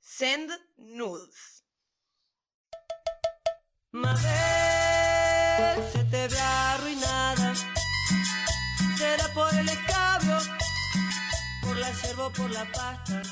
Send nudes. Mabel, se te ve arruinada. Será por el escabio, por la yerba o por la pasta.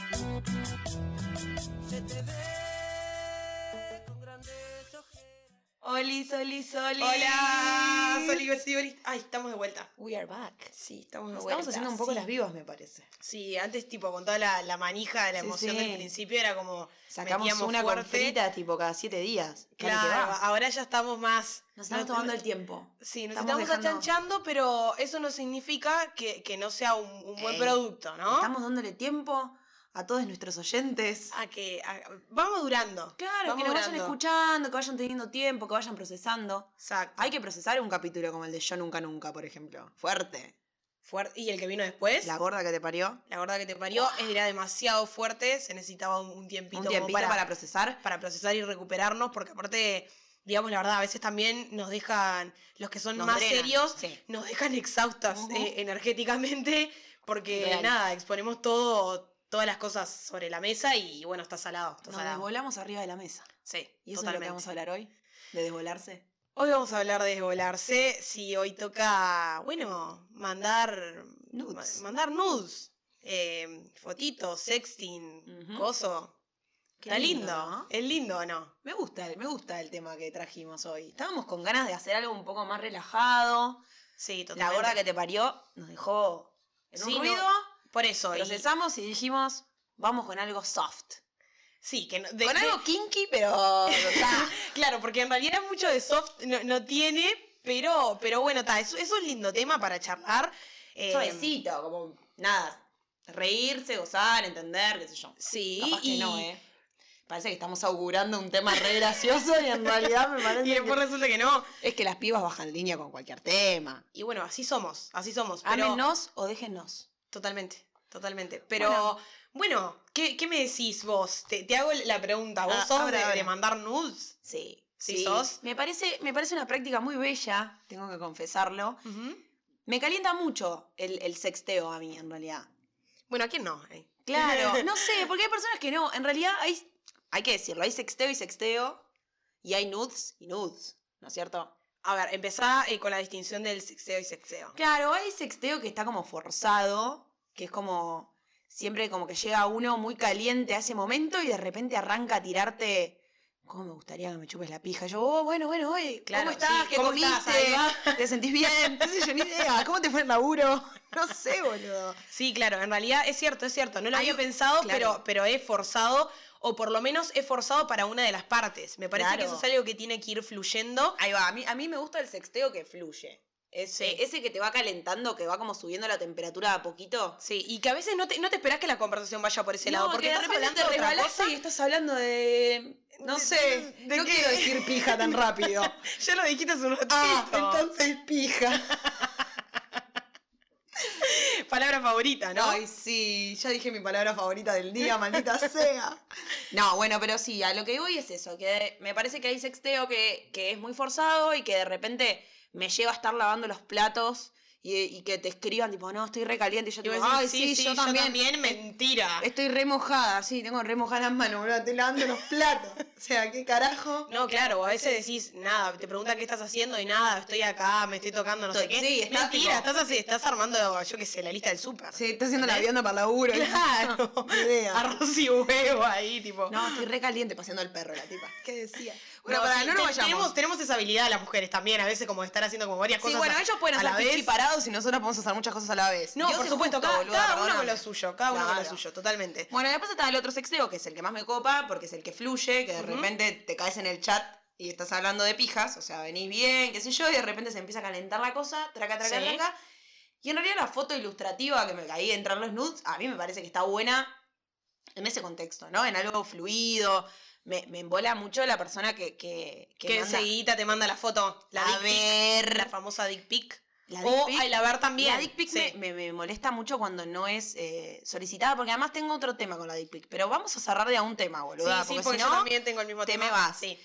Se te ve con grandes ojeras. Oli, Soli, Soli. Hola, soy Liberty Ay, estamos de vuelta. We are back. Sí, estamos de Nos vuelta. estamos haciendo un poco sí. las vivas, me parece. Sí, antes, tipo, con toda la, la manija de la Sí, emoción sí. del principio, era como. Sacamos metíamos una fuerte. cortita tipo cada siete días. Dale que Claro, va. ahora ya estamos más. Nos estamos no- tomando el tiempo. Sí, nos estamos estamos, dejando- achanchando, pero eso no significa que, que no sea un, un buen Ey, producto, ¿no? Eh, Estamos dándole tiempo a todos nuestros oyentes. A que. a- vamos durando. Ah, Claro, que vamos nos vayan durando. escuchando, que vayan teniendo tiempo, que vayan procesando. Exacto. Hay que procesar un capítulo como el de Yo Nunca Nunca, por ejemplo. Fuerte. Fuerte- Y el que vino después. La gorda que te parió. La gorda que te parió era demasiado fuerte, se necesitaba un, un tiempito, Un como tiempito para, procesar. para procesar y recuperarnos, porque aparte, digamos la verdad, a veces también nos dejan, los que son Nos más drenan, serios, sí. nos dejan exhaustas Ujú. eh, energéticamente, porque Real. nada, exponemos todo, todas las cosas sobre la mesa y bueno, está salado, está Nos salado. desvolamos arriba de la mesa. Sí, Y eso es lo totalmente. que vamos a hablar hoy. De desvolarse. Hoy vamos a hablar de desvolarse, si hoy toca, bueno, mandar Nudes. ma- mandar nudes, eh, fotitos, sexting, Ujú. coso. Qué Está lindo, ¿no? es lindo o no. Me gusta, el- me gusta el tema que trajimos hoy. Estábamos con ganas de hacer algo un poco más relajado. Sí, La gorda que te parió nos dejó en un Sí, no, ruido. Por eso, y- Procesamos y dijimos, vamos con algo soft. sí, que no- de- con de- algo kinky, pero... o sea, claro, porque en realidad mucho de soft no, no tiene, pero, pero bueno, ta, es, es un lindo tema para charlar. eh, suavecito, como nada. Reírse, gozar, entender, qué sé yo. Sí, Capaz que y, no, ¿eh? Parece que estamos augurando un tema re gracioso y en realidad me parece y después que... resulta que no. Es que las pibas bajan línea con cualquier tema. Y bueno, así somos, así somos. Pero, Ámenos o déjennos. Totalmente, totalmente. Pero bueno, ¿qué, qué me decís vos? Te, te hago la pregunta, ¿vos Ah, sos ahora, de, ahora. de mandar nudes? Sí. Sí, sos. Me parece, me parece una práctica muy bella, tengo que confesarlo. Me calienta mucho el, el sexteo a mí, en realidad. Bueno, ¿a quién no? eh? Claro, no sé, porque hay personas que no. En realidad hay, hay que decirlo, hay sexteo y sexteo, y hay nudes y nudes, ¿no es cierto? A ver, empezá eh, con la distinción del sexeo y sexeo. Claro, hay sexteo que está como forzado, que es como siempre como que llega uno muy caliente a ese momento y de repente arranca a tirarte. ¿Cómo me gustaría que me chupes la pija? Yo, oh, bueno, bueno, oye, Claro, ¿cómo estás? sí, ¿Qué ¿cómo comiste? estás? Ahí va. ¿Te sentís bien? ¿Qué sé yo? Ni idea. ¿Cómo te fue el laburo? No sé, boludo. Sí, claro, en realidad es cierto, es cierto. No lo Hay- había pensado, claro. pero, pero he forzado, o por lo menos he forzado para una de las partes. Me parece Claro. que eso es algo que tiene que ir fluyendo. Ahí va, a mí, a mí me gusta el sexteo que fluye. Ese, Sí. ese que te va calentando, que va como subiendo la temperatura a poquito. Sí, y que a veces no te, no te esperás que la conversación vaya por ese lado, porque que estás hablando de te otra resbalaste cosa. y estás hablando de... No De- sé, de no qué. quiero decir pija tan rápido. Ya lo dijiste hace un ratito. Ah, entonces pija. Palabra favorita, ¿no? Ay, sí, ya dije mi palabra favorita del día, maldita sea. No, bueno, pero sí, a lo que voy es eso, que me parece que hay sexteo que, que es muy forzado y que de repente me lleva a estar lavando los platos y, y que te escriban tipo, no, estoy recaliente y yo Y te vos digo, decís, ay, sí, yo, también. mentira. Estoy re mojada, sí, tengo re mojadas las manos, boludo, estoy lavando los platos. O sea, qué carajo. No, claro, a veces decís nada, te preguntan qué estás haciendo y nada, estoy acá, me estoy tocando, no sé qué. Estoy- sí, estás mentira, tipo- estás, así, estás armando, yo qué sé, la lista del súper. Sí, está haciendo la vianda para laburo. Claro. Ni idea. Arroz y huevo ahí, tipo. No, estoy re caliente paseando al perro, la tipa. ¿Qué decía? Bueno, No, para, sí, no nos te- vayamos. Tenemos, tenemos esa habilidad las mujeres también, a veces como de estar haciendo como varias Sí, cosas. bueno, a- ellos pueden a la hacer vez. pichi parados y nosotros podemos hacer muchas cosas a la vez. No, Dios por es supuesto, justo, cada, boluda, cada uno con perdóname. lo suyo, cada uno con lo Claro. suyo, totalmente. Bueno, y después está el otro sexteo, que es el que más me copa, porque es el que fluye, que de Ujú. repente te caes en el chat y estás hablando de pijas, o sea, venís bien, qué sé yo, y de repente se empieza a calentar la cosa, traca, traca, Sí. traca. Y en realidad la foto ilustrativa que me caí de entrar los nudes, a mí me parece que está buena en ese contexto, ¿no? En algo fluido. Me, me embola mucho la persona que, que, que que manda- enseguida te manda la foto, la A dick pic, ver. la famosa dick pic. La o dick pic. Oh, ay, la ver también. La dick pic Sí. me, me- me molesta mucho cuando no es eh, solicitada, porque además tengo otro tema con la dick pic. Pero vamos a cerrar de a un tema, Sí, boluda, sí, porque, porque si yo no... también tengo el mismo te tema. me vas. Sí.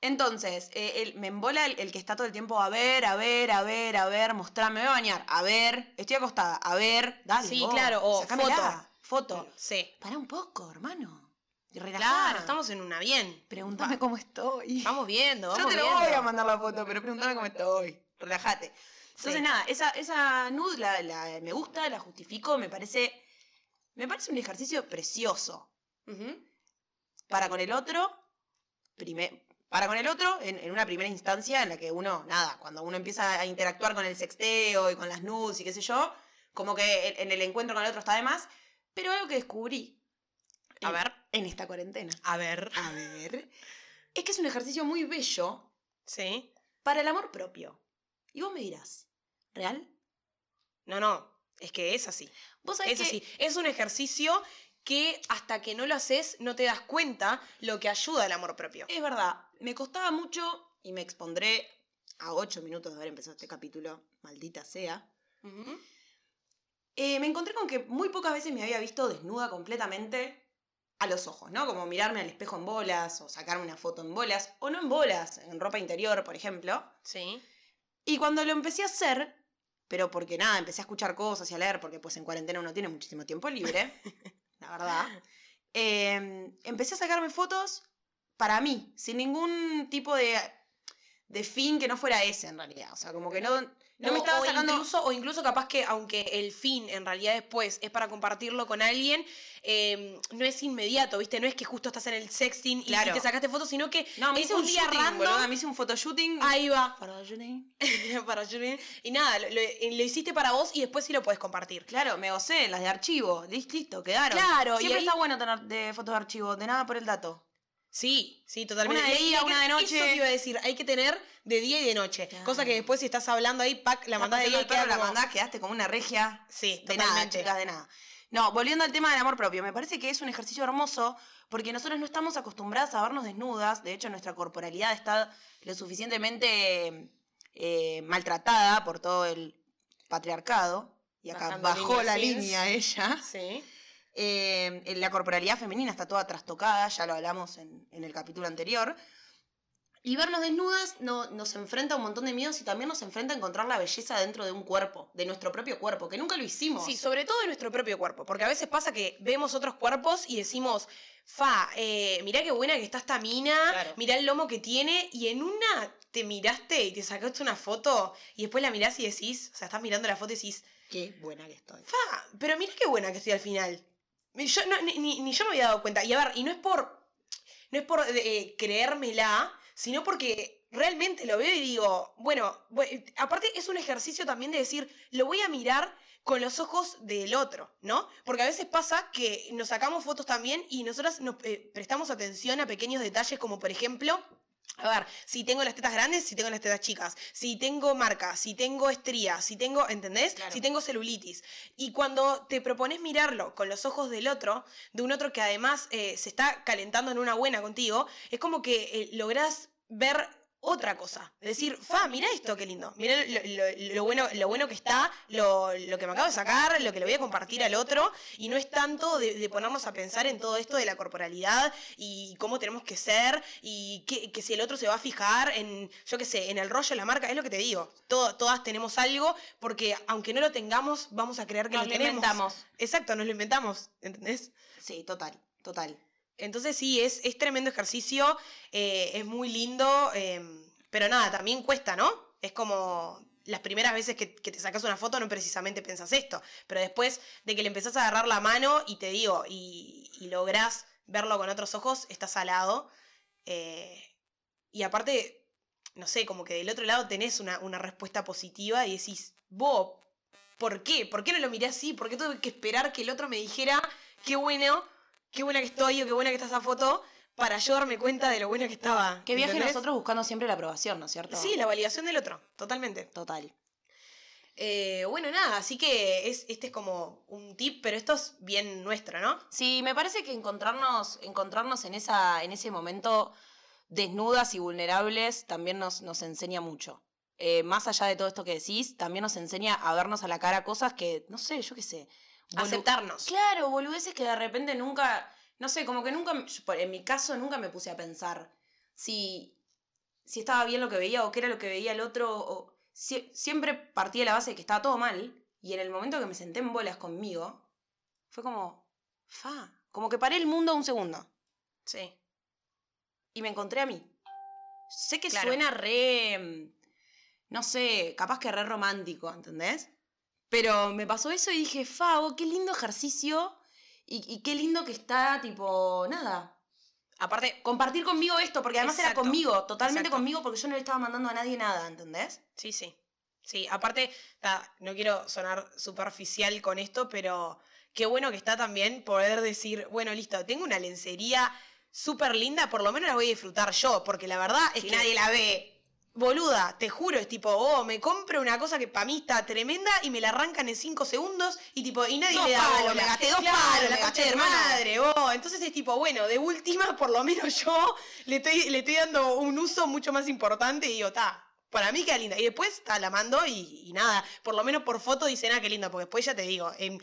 Entonces, eh, el- me embola el, el que está todo el tiempo a ver, a ver, a ver, a ver, mostrame, me voy a bañar, a ver, estoy acostada, a ver, dale, Sí, vos, claro, o sacámela, foto. Sí. Pará un poco, hermano. Y Claro, relajada. estamos en una bien. Pregúntame cómo estoy. Vamos viendo, Yo vamos te lo viendo. voy a mandar la foto, pero pregúntame cómo estoy. Relájate. Entonces, Sí. nada, esa, esa nude la, la- me gusta, la justifico, me parece. Me parece un ejercicio precioso. Ujú. Para con el otro, prime- para con el otro, en, en una primera instancia en la que uno, nada, cuando uno empieza a interactuar con el sexteo y con las nudes y qué sé yo, como que en, en el encuentro con el otro está de más. Pero algo que descubrí. A en- ver. En esta cuarentena. A ver. A ver. Es que es un ejercicio muy bello Sí. para el amor propio. Y vos me dirás, ¿real? No, no. Es que es así. Vos sabés Es que así. Es un ejercicio que hasta que no lo haces no te das cuenta lo que ayuda al amor propio. es verdad, me costaba mucho y me expondré a 8 minutos de haber empezado este capítulo, maldita sea. Ujú. Eh, me encontré con que muy pocas veces me había visto desnuda completamente a los ojos, ¿no? Como mirarme al espejo en bolas o sacarme una foto en bolas o no en bolas, en ropa interior, por ejemplo. Sí. Y cuando lo empecé a hacer, pero porque nada, empecé a escuchar cosas y a leer, porque pues en cuarentena uno tiene muchísimo tiempo libre, la verdad, eh, empecé a sacarme fotos para mí, sin ningún tipo de, de fin que no fuera ese en realidad. O sea, como que no, no, me estaba o sacando... Incluso, o incluso capaz que, aunque el fin en realidad después es para compartirlo con alguien, eh, no es inmediato, ¿viste? No es que justo estás en el sexting y- y, Claro. te sacaste fotos, sino que No, me ese hice un un día día random- Ah, me hice un photoshooting. ahí va. Photoshooting. para Julián. Y nada, lo, lo- lo hiciste para vos y después sí lo podés compartir. Claro, me gocé, las de archivo, lis- listo, quedaron. Claro, y Siempre ahí- está bueno tener de fotos de archivo, de nada por el dato. Sí, sí, totalmente. Una de Y hay día, que- una de noche. Eso te iba a decir, hay que tener de día y de noche. Claro. Cosa que después si estás hablando ahí, pac, la mandás de día y queda la como- mandás, quedaste como una regia. Sí, De nada, totalmente. chicas, de nada. No, volviendo al tema del amor propio, me parece que es un ejercicio hermoso porque nosotros no estamos acostumbradas a vernos desnudas, de hecho nuestra corporalidad está lo suficientemente eh, maltratada por todo el patriarcado, y acá Bajando bajó líneas, la sí. línea ella. Sí. Eh, la corporalidad femenina está toda trastocada, ya lo hablamos en, en el capítulo anterior. Y vernos desnudas no- nos enfrenta a un montón de miedos y también nos enfrenta a encontrar la belleza dentro de un cuerpo, de nuestro propio cuerpo, que nunca lo hicimos. Sí, sobre todo en nuestro propio cuerpo, porque a veces pasa que vemos otros cuerpos y decimos, fa, eh, mirá qué buena que está esta mina, Claro. mirá el lomo que tiene, y en una te miraste y te sacaste una foto y después la mirás y decís, o sea, estás mirando la foto y decís, Qué buena que estoy. fa, pero mirá qué buena que estoy al final. Y Yo, no, ni, ni- ni yo me había dado cuenta. Y a ver, y no es por, no es por eh, creérmela, sino porque realmente lo veo y digo, bueno, bu- aparte es un ejercicio también de decir, lo voy a mirar con los ojos del otro, ¿no? Porque a veces pasa que nos sacamos fotos también y nosotras nos eh, prestamos atención a pequeños detalles como por ejemplo... A ver, si tengo las tetas grandes, si tengo las tetas chicas, si tengo marcas, si tengo estrías, si tengo, ¿entendés? Claro. Si tengo celulitis. Y cuando te propones mirarlo con los ojos del otro, de un otro que además eh, se está calentando en una buena contigo, es como que eh, lográs ver otra cosa. Es decir, fa, mira esto, qué lindo. Mira lo, lo- lo bueno, lo bueno que está, lo, lo que me acabo de sacar, lo que le voy a compartir al otro. Y no es tanto de, de ponernos a pensar en todo esto de la corporalidad y cómo tenemos que ser y que, que si el otro se va a fijar en, yo qué sé, en el rollo de la marca. Es lo que te digo. Todo- todas tenemos algo porque aunque no lo tengamos, vamos a creer que lo tenemos. Exacto, nos lo inventamos, ¿entendés? Sí, total, total. Entonces sí, es, es tremendo ejercicio, eh, es muy lindo, eh, pero nada, también cuesta, ¿no? Es como las primeras veces que, que te sacas una foto no precisamente pensás esto, pero después de que le empezás a agarrar la mano y te digo, y, y lográs verlo con otros ojos, estás al lado. eh, y aparte, no sé, como que del otro lado tenés una, una respuesta positiva y decís, vos, ¿por qué? ¿Por qué no lo miré así? ¿Por qué tuve que esperar que el otro me dijera, qué bueno, qué buena que estoy o qué buena que está esa foto, para yo darme cuenta de lo buena que estaba? Que viaje ¿entendés? nosotros buscando siempre la aprobación, ¿no es cierto? Sí, la validación del otro, totalmente. total. Eh, bueno, nada, así que es, este es como un tip, pero esto es bien nuestro, ¿no? Sí, me parece que encontrarnos, encontrarnos en, esa, en ese momento desnudas y vulnerables también nos, nos enseña mucho. Eh, más allá de todo esto que decís, también nos enseña a vernos a la cara cosas que, no sé, yo qué sé. volu- Aceptarnos. Claro, boludeces que de repente nunca, no sé, como que nunca, yo, por- en mi caso nunca me puse a pensar si, si estaba bien lo que veía o qué era lo que veía el otro. o- sie- siempre partí de la base de que estaba todo mal y en el momento que me senté en bolas conmigo, fue como, fa, como que paré el mundo un segundo. Sí. y me encontré a mí. Sé que Claro. suena re. mm, No sé, capaz que re romántico, ¿entendés? Pero me pasó eso y dije, Fabo, qué lindo ejercicio y, y qué lindo que está, tipo, nada. Aparte, Compartir conmigo esto, porque además era Exacto, conmigo, totalmente exacto. conmigo, porque yo no le estaba mandando a nadie nada, ¿entendés? Sí, sí. Sí, aparte, ta, no quiero sonar superficial con esto, pero qué bueno que está también poder decir, bueno, listo, tengo una lencería súper linda, por lo menos la voy a disfrutar yo, porque la verdad es Sí. que nadie la ve. Boluda, te juro, es tipo, oh, me compro una cosa que para mí está tremenda y me la arrancan en cinco segundos y tipo, y nadie Dos le da palos, bola. me gasté dos Claro, la palos, me concha gasté, de hermano. madre, vos. Entonces es tipo, bueno, de última, por lo menos yo le estoy, le estoy dando un uso mucho más importante y digo, ta, para mí queda linda. Y después ta, la mando y, y nada, por lo menos por foto dicen, ah, qué lindo, porque después ya te digo, em,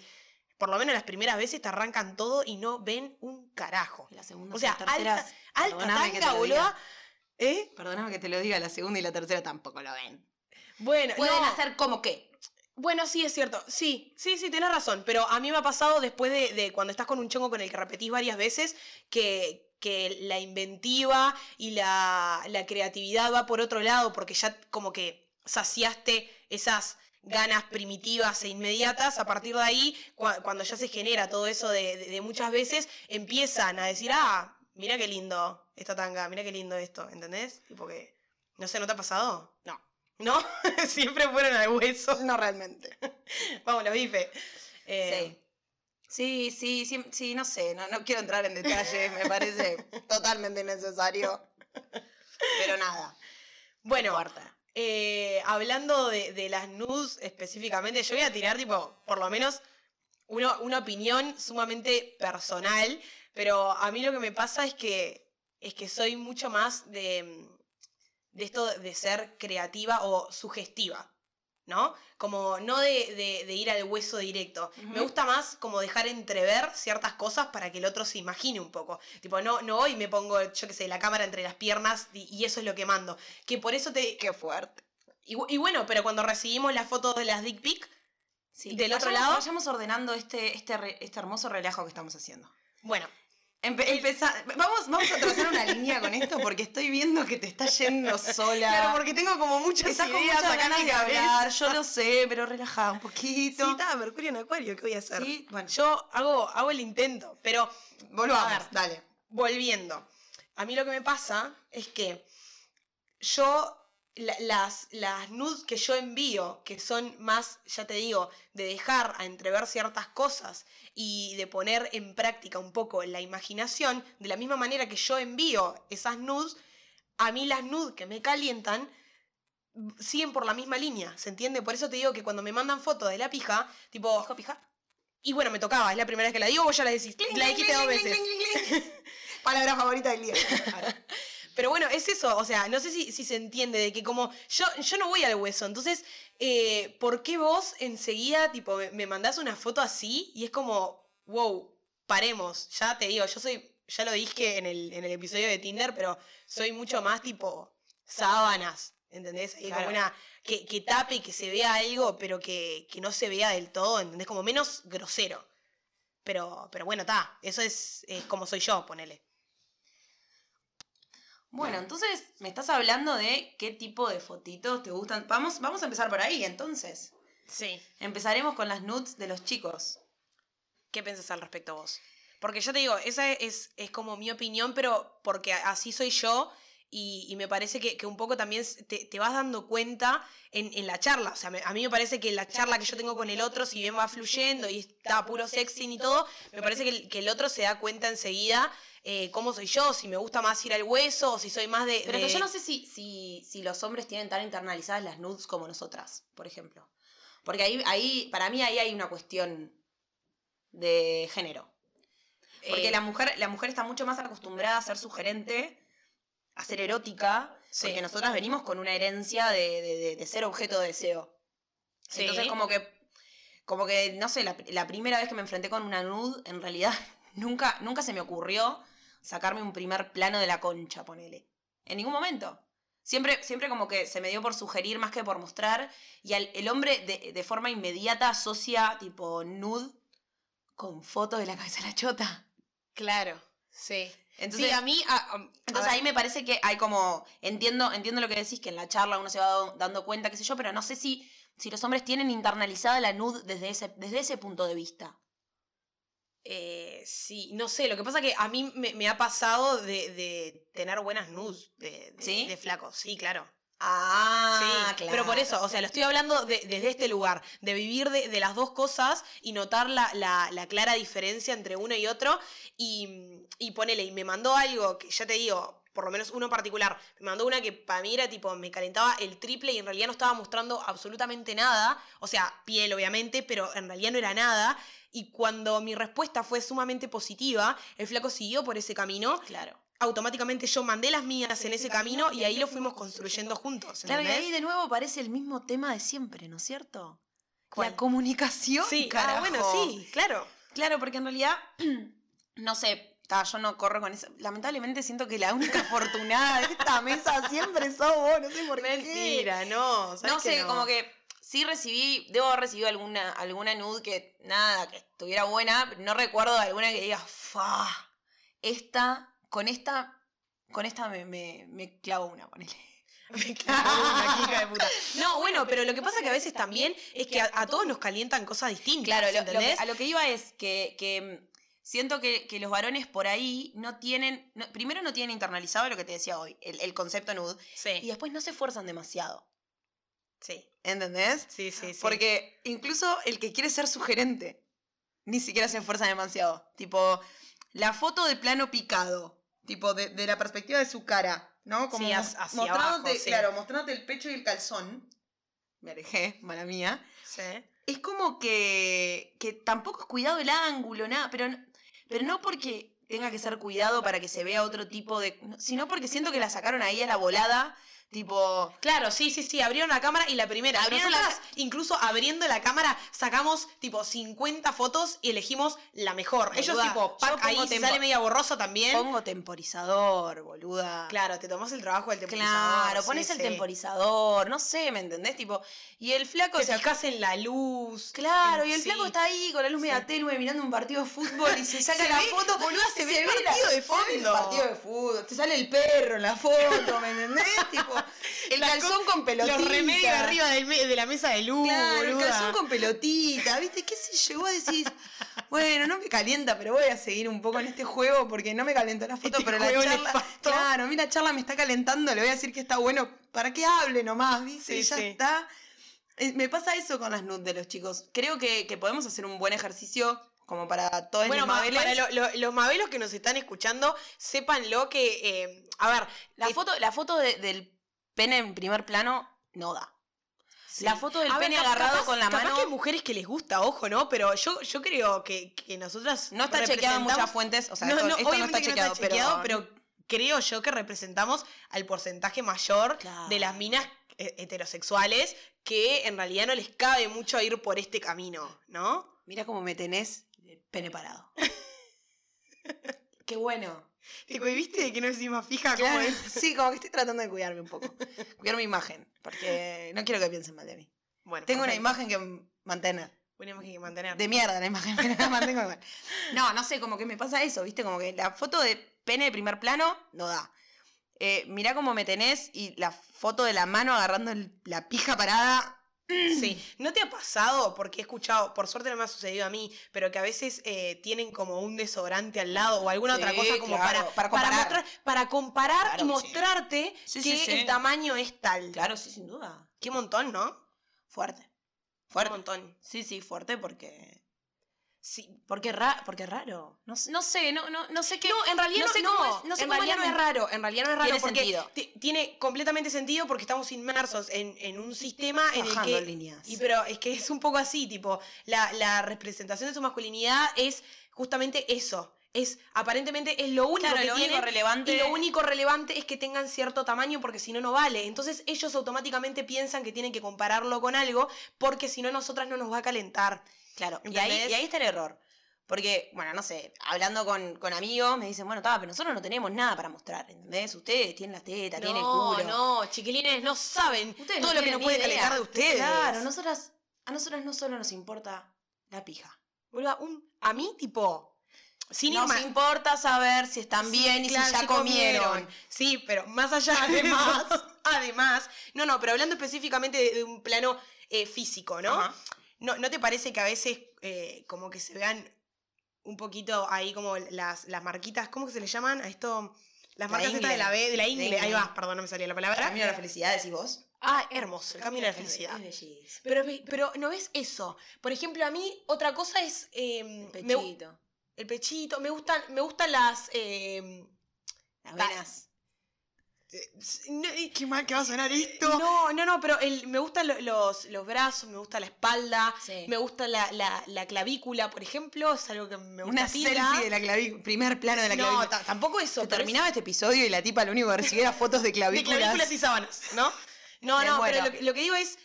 por lo menos las primeras veces te arrancan todo y no ven un carajo. Y la segunda, O sea, la tercera. alta- Alta Perdóname que te tanga, lo diga. boluda. ¿Eh? Perdóname que te lo diga, la segunda y la tercera tampoco lo ven. Bueno, Pueden no. hacer como que. Bueno, sí, es cierto. Sí, sí, sí, tenés razón. Pero a mí me ha pasado después de, de cuando estás con un chongo con el que repetís varias veces que, que la inventiva y la, la creatividad va por otro lado porque ya como que saciaste esas ganas primitivas e inmediatas, a partir de ahí, cua- cuando ya se genera todo eso de, de- de muchas veces, empiezan a decir, ah, mira qué lindo esta tanga, mira qué lindo esto, ¿entendés? Tipo que, no sé, ¿no te ha pasado? No. ¿No? Siempre fueron al hueso. No realmente. Vamos, los bife. Eh, Sí. Sí, sí, sí, sí, no sé, no, no quiero entrar en detalles, me parece totalmente innecesario. Pero nada, Bueno, corta. eh, hablando de, de las nudes específicamente, yo voy a tirar, tipo, por lo menos uno- una opinión sumamente personal, pero a mí lo que me pasa es que, es que soy mucho más de, mm, de esto de ser creativa o sugestiva. ¿No? Como no de, de- de ir al hueso directo. Ujú. Me gusta más como dejar entrever ciertas cosas para que el otro se imagine un poco. Tipo, no, no hoy me pongo, yo qué sé, la cámara entre las piernas y- y eso es lo que mando. Que por eso te, Qué fuerte. y, bu- y bueno, pero cuando recibimos las fotos de las dick pic, Sí. Del otro Vayamos- lado- Vayamos ordenando este, este, re- este hermoso relajo que estamos haciendo. bueno, Empe- empezá- vamos, vamos a trazar una línea con esto porque estoy viendo que te está yendo sola. claro, porque tengo como muchas Estás con ideas muchas acá en ganas mi de cabeza. hablar, yo lo sé, pero relajada un Sí, poquito. está, Mercurio en Acuario, ¿qué voy a hacer? Sí, bueno, Yo hago, hago el intento, pero volvamos, A ver. dale. volviendo. A mí lo que me pasa es que yo, la- las, las nudes que yo envío, que son más, ya te digo, de dejar a entrever ciertas cosas y de poner en práctica un poco la imaginación, de la misma manera que yo envío esas nudes, a mí las nudes que me calientan siguen por la misma línea, ¿se entiende? Por eso te digo que cuando me mandan fotos de la pija, tipo, ¿Dijo pija? y bueno, me tocaba, es la primera vez que la digo, vos ya la decís, la dijiste dos veces. Palabra favorita del día. Pero bueno, es eso, o sea, no sé si, si se entiende de que como yo, yo no voy al hueso, entonces, eh, ¿por qué vos enseguida, tipo, me, me mandás una foto así y es como, wow, paremos, ya te digo, yo soy, ya lo dije en el, en el episodio de Tinder, pero soy mucho más tipo sábanas, ¿entendés? Hay Claro. como una, que, que tape y que se vea algo, pero que, que no se vea del todo, ¿entendés? Como menos grosero. Pero, pero bueno, está, eso es, es como soy yo, ponele. Bueno, entonces me estás hablando de qué tipo de fotitos te gustan. Vamos, vamos a empezar por ahí, entonces. Sí. Empezaremos con las nudes de los chicos. ¿Qué pensás al respecto vos? Porque yo te digo, esa es, es como mi opinión, pero porque a- así soy yo y, y me parece que, que un poco también s- te, te vas dando cuenta en, en la charla. O sea, me- a mí me parece que la charla que yo tengo con el otro, si bien va fluyendo y está puro sexting y todo, me parece que el, que el otro se da cuenta enseguida eh, cómo soy yo, si me gusta más ir al hueso o si soy más de... Pero que de- yo no sé si, si, si los hombres tienen tan internalizadas las nudes como nosotras, por ejemplo. Porque ahí, ahí para mí ahí hay una cuestión de género. Porque eh, la, mujer, la mujer está mucho más acostumbrada a ser sugerente, a ser erótica, Sí. porque nosotras venimos con una herencia de, de- de- de ser objeto de deseo. Sí. Entonces, como que, como que, no sé, la, la primera vez que me enfrenté con una nude, en realidad nunca, nunca se me ocurrió sacarme un primer plano de la concha, ponele. En ningún momento. Siempre, siempre como que se me dio por sugerir más que por mostrar. Y al- el hombre de, de forma inmediata asocia tipo nude con fotos de la cabeza de la chota. Claro, sí. Entonces, sí, a mí. a- a- a entonces ver. ahí me parece que hay como, entiendo, entiendo lo que decís, que en la charla uno se va do- dando cuenta, qué sé yo, pero no sé si, si los hombres tienen internalizada la nud desde ese, desde ese punto de vista. Eh, sí, no sé, lo que pasa que a mí me, me ha pasado de, de tener buenas nudes de, de, ¿Sí? de flaco, sí, claro. Ah, sí, Pero por eso, o sea, lo estoy hablando de- desde este lugar, de vivir de, de las dos cosas y notar la, la- la clara diferencia entre uno y otro. Y, y ponele, y me mandó algo que ya te digo, por lo menos uno en particular, me mandó una que para mí era tipo, me calentaba el triple y en realidad no estaba mostrando absolutamente nada. O sea, piel obviamente, pero en realidad no era nada. Y cuando mi respuesta fue sumamente positiva, el flaco siguió por ese camino. Claro. Automáticamente yo mandé las mías en ese camino y ahí lo fuimos construyendo juntos. Claro, y ¿entendés? ahí de nuevo aparece el mismo tema de siempre, ¿no es cierto? ¿Cuál? La comunicación. Sí, carajo. ah, bueno, sí, claro. Claro, porque en realidad, no sé, ta, yo no corro con eso. Lamentablemente siento que la única afortunada de esta mesa siempre sos vos, no sé por qué. Mentira, no. ¿sabes No que sé, como que sí recibí, debo haber recibido alguna, alguna nude que nada, que estuviera buena, pero no recuerdo alguna que diga, fa, esta, con esta, con esta me, me, me clavo una, ponele. Me cago en la hija de puta. No, bueno, pero lo que pasa que a veces también es que a, a todos nos calientan cosas distintas. Claro, lo- lo que- ¿entendés? a lo que iba es que, que, mm, siento que, que los varones por ahí no tienen, no- primero no tienen internalizado lo que te decía hoy, el, el concepto nude, y Sí, después no se esfuerzan demasiado, sí, ¿entendés? sí, sí. sí. Porque incluso el que quiere ser sugerente ni siquiera se esfuerza demasiado. Tipo, la foto de plano picado, tipo, de, de la perspectiva de su cara, ¿no? Como Sí, mos- hacia abajo, mostrándote, sí. claro, mostrándote el pecho y el calzón. Me alejé, mala mía Sí. es como que, que tampoco es cuidado el ángulo, nada, pero, no- pero no porque tenga que ser cuidado para que se vea otro tipo de... no, sino porque siento que la sacaron ahí a la volada, tipo... Claro, sí, sí, sí, abrieron la cámara y la primera. Abrieron la Nosotras, incluso abriendo la cámara, sacamos tipo 50 fotos y elegimos la mejor. Ellos Boluda, tipo, yo pack ahí, pongo si tempo- sale media borroso también. Pongo temporizador, boluda. Claro, te tomás el trabajo del temporizador. Claro, sí, pones el sí. temporizador, no sé, ¿me entendés? Tipo, y el flaco Te se ac- fijas en la luz. Claro, y el Sí. flaco está ahí con la luz media Sí. tenue mirando un partido de fútbol y se saca Se la ve, foto. boluda, se ve el la- partido de se ve el fondo. partido de fútbol. Te sale el perro en la foto, ¿me entendés? tipo, el Las calzón con pelotita. Los remedios arriba del me- de la mesa de luz. Claro, el boluda. calzón con pelotita, ¿viste? ¿Qué se llegó a decir? Bueno, no me calienta, pero voy a seguir un poco en este juego porque no me calentó la foto, Este pero juego la charla. nefasto. Claro, a mí la charla me está calentando, le voy a decir que está bueno para que hable nomás, ¿viste? Sí, Y ya sí. está. Eh, Me pasa eso con las nudes de los chicos. Creo que, que podemos hacer un buen ejercicio como para todos Bueno, los ma- mabeles. para lo- lo- los mabelos que nos están escuchando, sépanlo que, eh, a ver, La eh, foto, la foto de- del pene en primer plano no da. La foto del A ver, pene cap- agarrado capaz- con la capaz mano que hay mujeres que les gusta, ojo, ¿no? Pero yo, yo creo que, que nosotras. no está chequeada en muchas representamos- fuentes. O sea, no, esto, no, esto no obviamente está que no chequeado, está chequeado, pero, creo yo que representamos al porcentaje mayor Claro. de las minas eh, heterosexuales que en realidad no les cabe mucho ir por este camino, ¿no? Mira cómo me tenés el pene parado. Qué bueno. Tipo, pues, y viste que no es más fija Claro, cómo es. Sí, como que estoy tratando de cuidarme un poco. Cuidar mi imagen, porque no quiero que piensen mal de mí. Bueno, Tengo una perfecto. imagen que mantener. Una imagen que mantener. De mierda la imagen, pero la mantengo igual. No, no sé, como que me pasa eso, ¿viste? Como que la foto de pene de primer plano no da. Eh, mirá cómo me tenés y la foto de la mano agarrando el- la pija parada. Sí, ¿no te ha pasado? Porque he escuchado, por suerte no me ha sucedido a mí, pero que a veces eh, tienen como un desodorante al lado o alguna Sí, otra cosa como claro, para, para comparar. mostrar- para comparar Claro y que sí. mostrarte Sí, que sí, sí. el tamaño es tal. Claro, sí, sin duda. Qué montón, ¿no? Fuerte. Qué Fuerte. montón. Sí, sí, fuerte porque. Sí. Porque, ra porque es raro. No, s- no sé, no, no, no sé qué. No, en realidad no sé no, cómo es- no sé en cómo es realidad la no es men- raro, en realidad no es raro Tiene porque sentido. ti- tiene completamente sentido porque estamos inmersos en, en un sistema en el Bajando que líneas. Y pero es que es un poco así, tipo, la, la representación de su masculinidad es justamente eso. Es, aparentemente es lo único Claro, que lo único tienen relevante. y lo único relevante es que tengan cierto tamaño porque si no, no vale. Entonces ellos automáticamente piensan que tienen que compararlo con algo porque si no, a nosotras no nos va a calentar. Claro, y ahí, ¿Entendés? y ahí está el error. Porque, bueno, no sé, hablando con, con amigos, me dicen, bueno, está, pero nosotros no tenemos nada para mostrar, ¿entendés? Ustedes tienen las tetas, tienen el culo. no, chiquilines, no saben Ustedes no todo lo que tienen nos ni puede idea. calentar de ustedes. Claro, nosotras, a nosotras no solo nos importa la pija. Boluda, un- a mí, tipo, Sin ir Nos más- importa saber si están Sí, bien y claro, si ya comieron. Sí, pero más allá de Además. eso, además, no, no, pero hablando específicamente de, de un plano eh, físico, ¿no? Ajá. ¿no? ¿No te parece que a veces eh, como que se vean un poquito ahí como las, las marquitas, ¿cómo que se le llaman a esto? Las La marcas estas de la ingle. B, de la ingle, ahí ingle. va, perdón, no me salía la palabra. Camino a la felicidad, decís vos. Ah, hermoso, el camino a la Es- felicidad. es bellísimo. Pero, ve- pero no ves eso. Por ejemplo, a mí otra cosa es... eh, me- Pechito. el pechito. Me gustan, me gustan las... eh, Las ta- venas. no, eh, Qué Ah, mal que va a sonar esto. no, no, no, pero el- me gustan lo- los, los brazos, me gusta la espalda, Sí. me gusta la, la- la clavícula, por ejemplo, es algo que me gusta. Una pila. selfie de la clavícula. Primer plano de la No, clavícula. ta- tampoco eso. Se pero es- terminaba este episodio y la tipa lo único que recibía era fotos de de clavículas. clavículas y sábanas, ¿no? No, Me no, pero muero. lo, que- lo que digo es,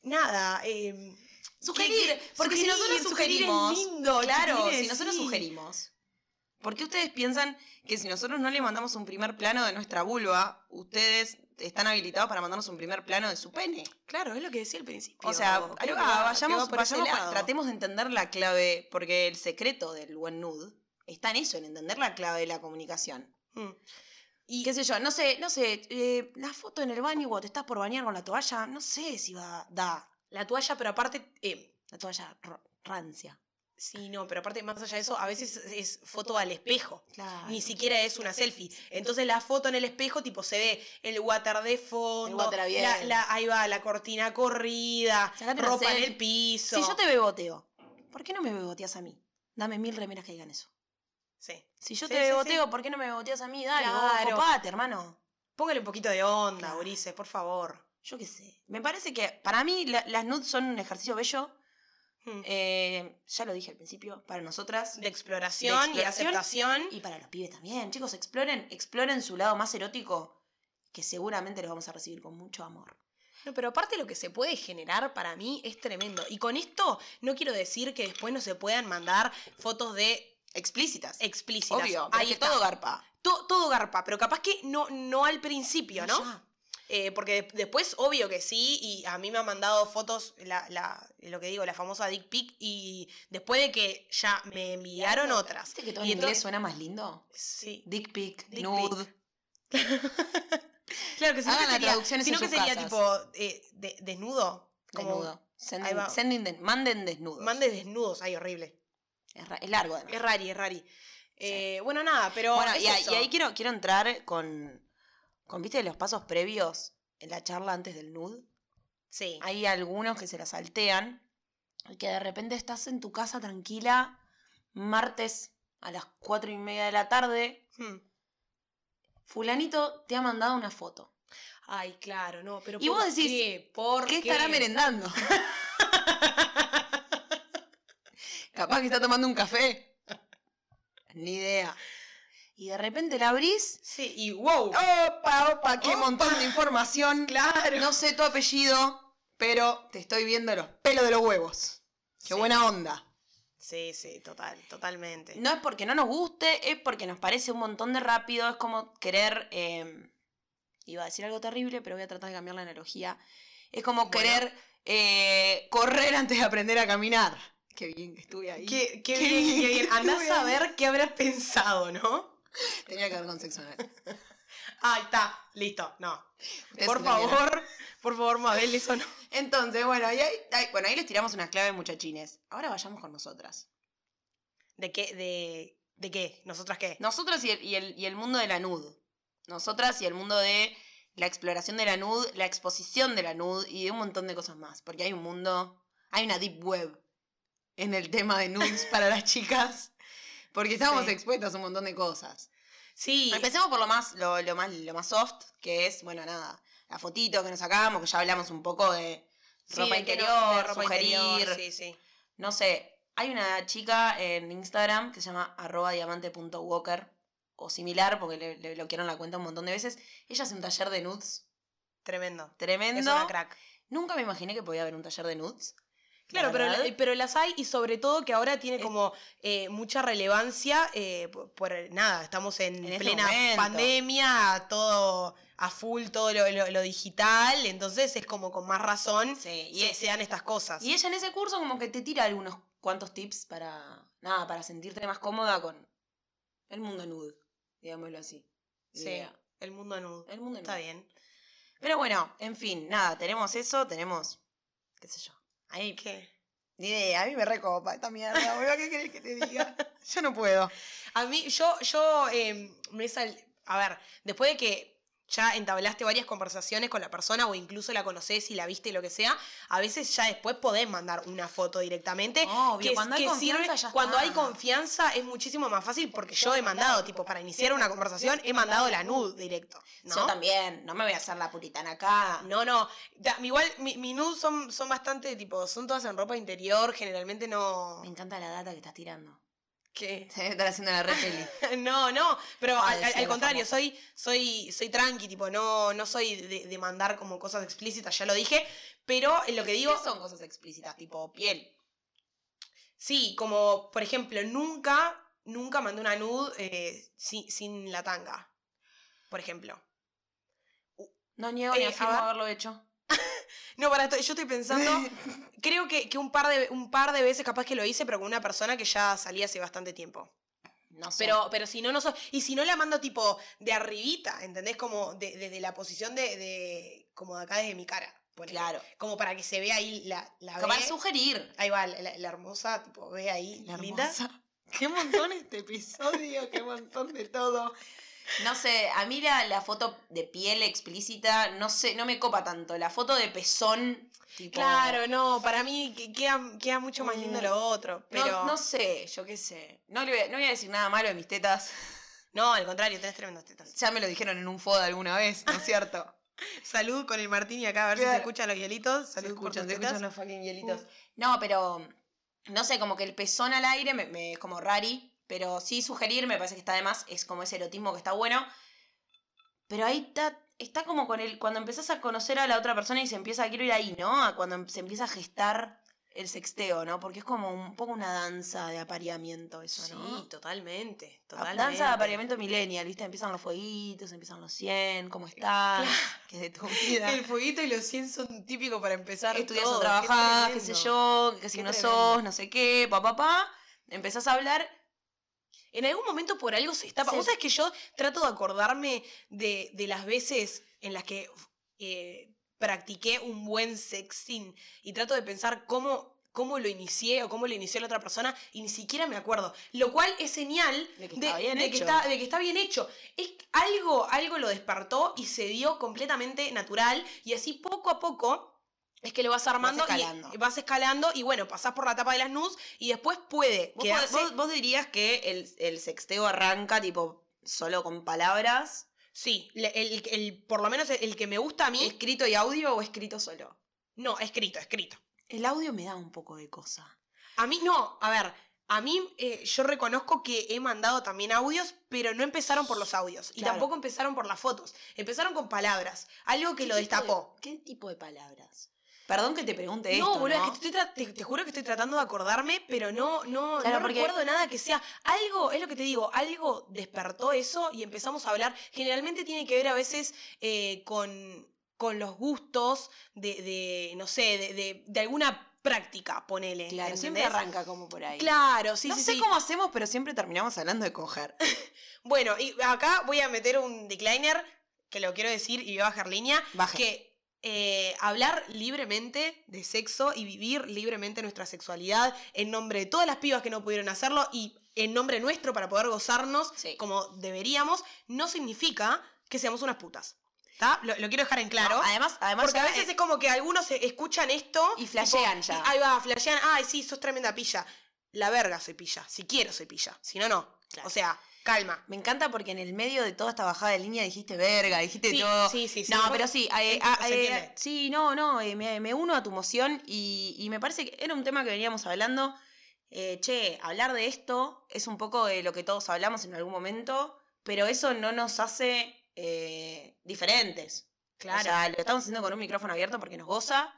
nada, eh, Sugerir, que- que- porque si sugerir, nosotros sugerir es sugerimos, lindo, Claro, chiquilines, si nosotros sí. sugerimos. ¿Por qué ustedes piensan que si nosotros no le mandamos un primer plano de nuestra vulva, ustedes están habilitados para mandarnos un primer plano de su pene? Claro, es lo que decía al principio. O sea, Creo ahí que va, va- que vayamos, va por ese vayamos con- lado. tratemos de entender la clave, porque el secreto del buen nude está en eso, en entender la clave de la comunicación. Mm. Y qué sé yo, no sé, no sé, eh, la foto en el baño cuando te estás por bañar con la toalla, no sé si va, da, La toalla, pero aparte, eh, la toalla r- rancia. sí, no, pero aparte, más allá de eso, a veces es foto al espejo. Claro. Ni siquiera es una selfie. Entonces la foto en el espejo, tipo, se ve el water de fondo. El water abierto. la- la- ahí va, la cortina corrida, Sacate una ropa en el selfie. piso. Si yo te beboteo, ¿por qué no me beboteas a mí? Dame mil remeras que digan eso. Sí. Si yo Sí, te sí, beboteo, ¿por qué no me beboteas a mí? Dale, Claro. vos, copate, hermano. Póngale un poquito de onda, Claro. Ulises, por favor. Yo qué sé. Me parece que para mí la- las nudes son un ejercicio bello. Mm. eh, ya lo dije al principio, para nosotras de exploración de y exploración aceptación. y para los pibes también. Chicos, exploren, exploren su lado más erótico, que seguramente los vamos a recibir con mucho amor. No, pero aparte lo que se puede generar para mí es tremendo. Y con esto no quiero decir que después no se puedan mandar fotos de Explícitas. explícitas. Obvio, Ahí ahí está. todo garpa. To- todo garpa, pero capaz que no, no al principio, ¿no? Ya. Eh, porque de- después, obvio que sí, y a mí me han mandado fotos, la, la- lo que digo, la famosa dick pic, y después de que ya me enviaron otras. ¿Viste que todo en Y inglés entonces- suena más lindo? Sí. Dick pic, Dick nude. Claro que si no Hagan que la sería- traducción si no en que sus sería casas. tipo eh, de- desnudo. como- Desnudo. Ahí va. Sending, sending de- manden desnudos. Mande desnudos, ay, horrible. Es, ra- es largo, además. Es rari, es rari. Eh, Bueno, nada, pero. bueno, es y, a- y eso. ahí quiero, quiero entrar con, con, viste, los pasos previos en la charla antes del nude. Sí. Hay algunos que se la saltean y que de repente estás en tu casa tranquila martes a las cuatro y media de la tarde. Hmm. Fulanito te ha mandado una foto. Ay, claro, no, pero. Y vos decís, qué? ¿Por ¿Qué estará merendando? Capaz que está tomando un café. Ni idea. Y de repente la abrís. Sí, y wow. ¡Opa, opa! ¡Qué Opa. montón de información! claro. No sé tu apellido, pero te estoy viendo los pelos de los huevos. ¡Qué Sí. buena onda! Sí, sí, total, totalmente. No es porque no nos guste, es porque nos parece un montón de rápido. Es como querer. eh, iba a decir algo terrible, pero voy a tratar de cambiar la analogía. Es como Bueno. querer eh, correr antes de aprender a caminar. Qué bien que estuve ahí. Qué, qué Qué bien, qué bien, bien. Andás estuve a ahí. ver qué habrás pensado, ¿no? Tenía que ver con sexo anal. Ahí está, listo, no. Ustedes por entendieron. favor, por favor, Mabel, eso no. Entonces, bueno, y ahí, ahí- bueno, ahí les tiramos unas claves, muchachines. Ahora vayamos con nosotras. ¿De qué? ¿De, de qué? ¿Nosotras qué? Nosotras y el, y el- y el mundo de la nud. Nosotras y el mundo de la exploración de la nud, la exposición de la nud y de un montón de cosas más. Porque hay un mundo, hay una deep web en el tema de nudes para las chicas. Porque estamos Sí. expuestas a un montón de cosas. Sí, Empecemos por lo más, lo, lo más, lo más soft, que es, bueno, nada, la fotito que nos sacamos, que ya hablamos un poco de sí, ropa de que no- interior, de ropa sugerir, interior, Sí, sí. no sé, hay una chica en Instagram que se llama arroba diamante.walker o similar, porque le, le bloquearon la cuenta un montón de veces. Ella hace un taller de nudes Tremendo. tremendo. Es una crack. Nunca me imaginé que podía haber un taller de nudes. Claro, la pero, verdad. la- pero las hay y sobre todo que ahora tiene como eh, mucha relevancia eh, por, por el- nada, estamos en, En este plena momento. pandemia, todo a full, todo lo, lo- lo digital, entonces es como con más razón Sí, y, y se, e- se dan estas cosas. y ella en ese curso como que te tira algunos cuantos tips para, nada, para sentirte más cómoda con, El mundo nude, digámoslo así. Sí, Idea. el mundo nude. El mundo Está nude. bien. Pero bueno, en fin, nada, tenemos eso, tenemos, qué sé yo. Ahí, ¿Qué? ni idea, a mí me recopa esta mierda, boludo, ¿qué querés que te diga? Yo no puedo. A mí, yo, yo eh, me sal... A ver, después de que ya entablaste varias conversaciones con la persona o incluso la conocés y la viste y lo que sea, a veces ya después podés mandar una foto directamente. Obvio, cuando hay sirve- confianza ya cuando está. hay confianza es muchísimo más fácil porque yo he mandado, tipo, para iniciar una conversación, he mandado la nude directo. ¿no? Yo también, no me voy a hacer la puritana acá. No, no. da- igual mi- mis nudes son, son bastante tipo, son todas en ropa interior, generalmente no. Me encanta la data que estás tirando. ¿Qué? Se debe estar haciendo la red feliz. No, no, pero Ah, al- al, decía al la contrario, famosa. soy, soy, soy tranqui, tipo, no, no soy de, de mandar como cosas explícitas, ya lo dije, pero en lo que digo, son cosas explícitas, tipo piel. sí, como, por ejemplo, nunca, nunca mandé una nude eh, sin, sin la tanga, por ejemplo. No niego Eh, ni a afirmo ver. haberlo hecho. No, para, estoy- yo estoy pensando, creo que, que un, par de, un par de veces capaz que lo hice, pero con una persona que ya salía hace bastante tiempo. No sé. Pero, pero si no, no soy. Y si no la mando tipo de arribita, ¿entendés? Como de- desde la posición de, de- Como de acá desde mi cara. por ejemplo. claro. Como para que se vea ahí la, la Capaz B. sugerir. Ahí va, la, la- la hermosa, tipo, ve ahí, linda. Qué montón este episodio, qué montón de todo. No sé, a mí la, la foto de piel explícita, no sé, no me copa tanto. La foto de pezón, tipo. Claro, no, para mí que- queda, queda mucho más lindo Mm. lo otro. Pero. No, No, no sé, yo qué sé. No, le voy, a- no voy a decir nada malo de mis tetas. al contrario, tenés tremendas tetas. Ya me lo dijeron en un foda alguna vez, ¿no es cierto? Salud con el Martín y acá a ver si Claro. se escuchan los hielitos. Salud, se por escuchan, tus se tetas. escuchan los fucking hielitos. No, pero mm, no sé, como que el pezón al aire me, me- es como rari, pero sí sugerir me parece que está de más, es como ese erotismo que está bueno. Pero ahí está, está como con el, cuando empezás a conocer a la otra persona y se empieza, quiero ir ahí, ¿no? A cuando em- se empieza a gestar el sexteo, ¿no? Porque es como un poco una danza de apareamiento eso, ¿no? Sí, totalmente. A- totalmente. Danza de apareamiento millennial, ¿viste? Empiezan los fueguitos, empiezan los 100, Eh, ¿cómo estás? ¿Qué es de tu vida? El fueguito y los 100 son típicos para empezar. estudias todo, o qué trabajás, qué sé tremendo. yo, que si Qué no tremendo. sos, no sé qué, pa, pa, pa. Empezás a hablar. En algún momento por algo se está... Sí. Vos sabés que yo trato de acordarme de, de las veces en las que eh, practiqué un buen sexting y trato de pensar cómo, cómo lo inicié o cómo lo inició la otra persona y ni siquiera me acuerdo. Lo cual es señal De que de, está bien de que hecho. está, de que está bien hecho. Es que algo, algo lo despertó y se dio completamente natural y así poco a poco... Es que lo vas armando escalando. y vas escalando y bueno, pasás por la tapa de las nus y después puede ¿Vos, quedarse- pod- vos- vos dirías que el, el sexteo arranca tipo solo con palabras, Sí, le- el, el- el- por lo menos el, el que me gusta a mí. escrito y audio o escrito solo. No, escrito, escrito. El audio me da un poco de cosa. A mí no, a ver, a mí eh, yo reconozco que he mandado también audios, pero no empezaron por los audios. Y Claro. tampoco empezaron por las fotos. Empezaron con palabras. Algo que lo destapó. ¿Qué tipo de palabras? Perdón que te pregunte esto. no, boludo, es que estoy tra- te, te juro que estoy tratando de acordarme, pero no, no, Claro, no porque- recuerdo nada que sea. Algo, es lo que te digo, algo despertó eso y empezamos a hablar. Generalmente tiene que ver a veces eh, con, con los gustos de, de, no sé, de, de- de alguna práctica, ponele. Claro, ¿entendés? siempre arranca como por ahí. Claro, sí, no sí, sé sí. cómo hacemos, pero siempre terminamos hablando de coger. Bueno, y acá voy a meter un decliner, que lo quiero decir y voy a bajar línea. Baje. que eh, hablar libremente de sexo y vivir libremente nuestra sexualidad en nombre de todas las pibas que no pudieron hacerlo y en nombre nuestro para poder gozarnos Sí. como deberíamos, no significa que seamos unas putas. ¿Está? Lo, lo quiero dejar en claro. No, además, además porque a ya- veces es como que algunos eh, escuchan esto Y flashean tipo, ya. y ahí va, flashean, ay, sí, sos tremenda pilla. La verga soy pilla, si quiero soy pilla, si no, no. Claro. O sea, calma. Me encanta porque en el medio de toda esta bajada de línea dijiste verga, dijiste Sí, todo. sí, sí, sí. no, pero sí, eh, se ah, eh, entiende. sí, no, no, eh, me, me uno a tu moción y, y me parece que era un tema que veníamos hablando. Eh, che, hablar de esto es un poco de lo que todos hablamos en algún momento, pero eso no nos hace eh, diferentes. Claro. O sea, lo estamos haciendo con un micrófono abierto porque nos goza,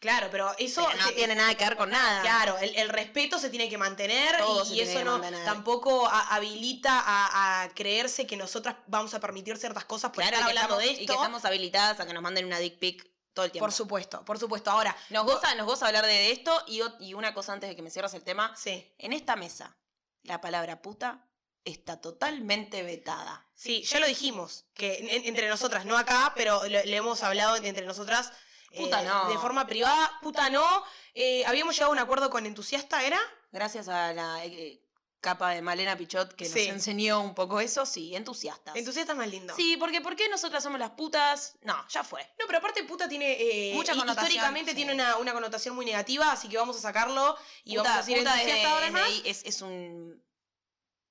Claro, pero eso pero no te- tiene nada que ver con nada. Claro, el, el respeto se tiene que mantener Ah. Todo y, se y tiene eso que no mantener. tampoco ha- habilita a, a creerse que nosotras vamos a permitir ciertas cosas por Claro, pues estar que hablando estamos- de Y que esto. estamos habilitadas a que nos manden una dick pic todo el tiempo. por supuesto, por supuesto. Ahora, Nos goza, nos goza hablar de esto y, ot- y una cosa antes de que me cierres el tema. sí, En esta mesa, la palabra puta está totalmente vetada. Sí, ya lo dijimos, que en- entre nosotras, no acá, pero lo- le hemos hablado entre nosotras eh, Puta no. de forma privada, puta no. Eh, habíamos llegado a un acuerdo con entusiasta, ¿era? Gracias a la eh, capa de Malena Pichot que Sí. nos enseñó un poco eso, sí, entusiastas. Entusiasta es más lindo. Sí, porque ¿por qué nosotras somos las putas? No, ya fue. No, pero aparte puta tiene... eh, Mucha hi- connotación, Históricamente sí. tiene una, una connotación muy negativa, así que vamos a sacarlo y vamos a decir entusiasta desde- ahora es desde más. ahí es, es un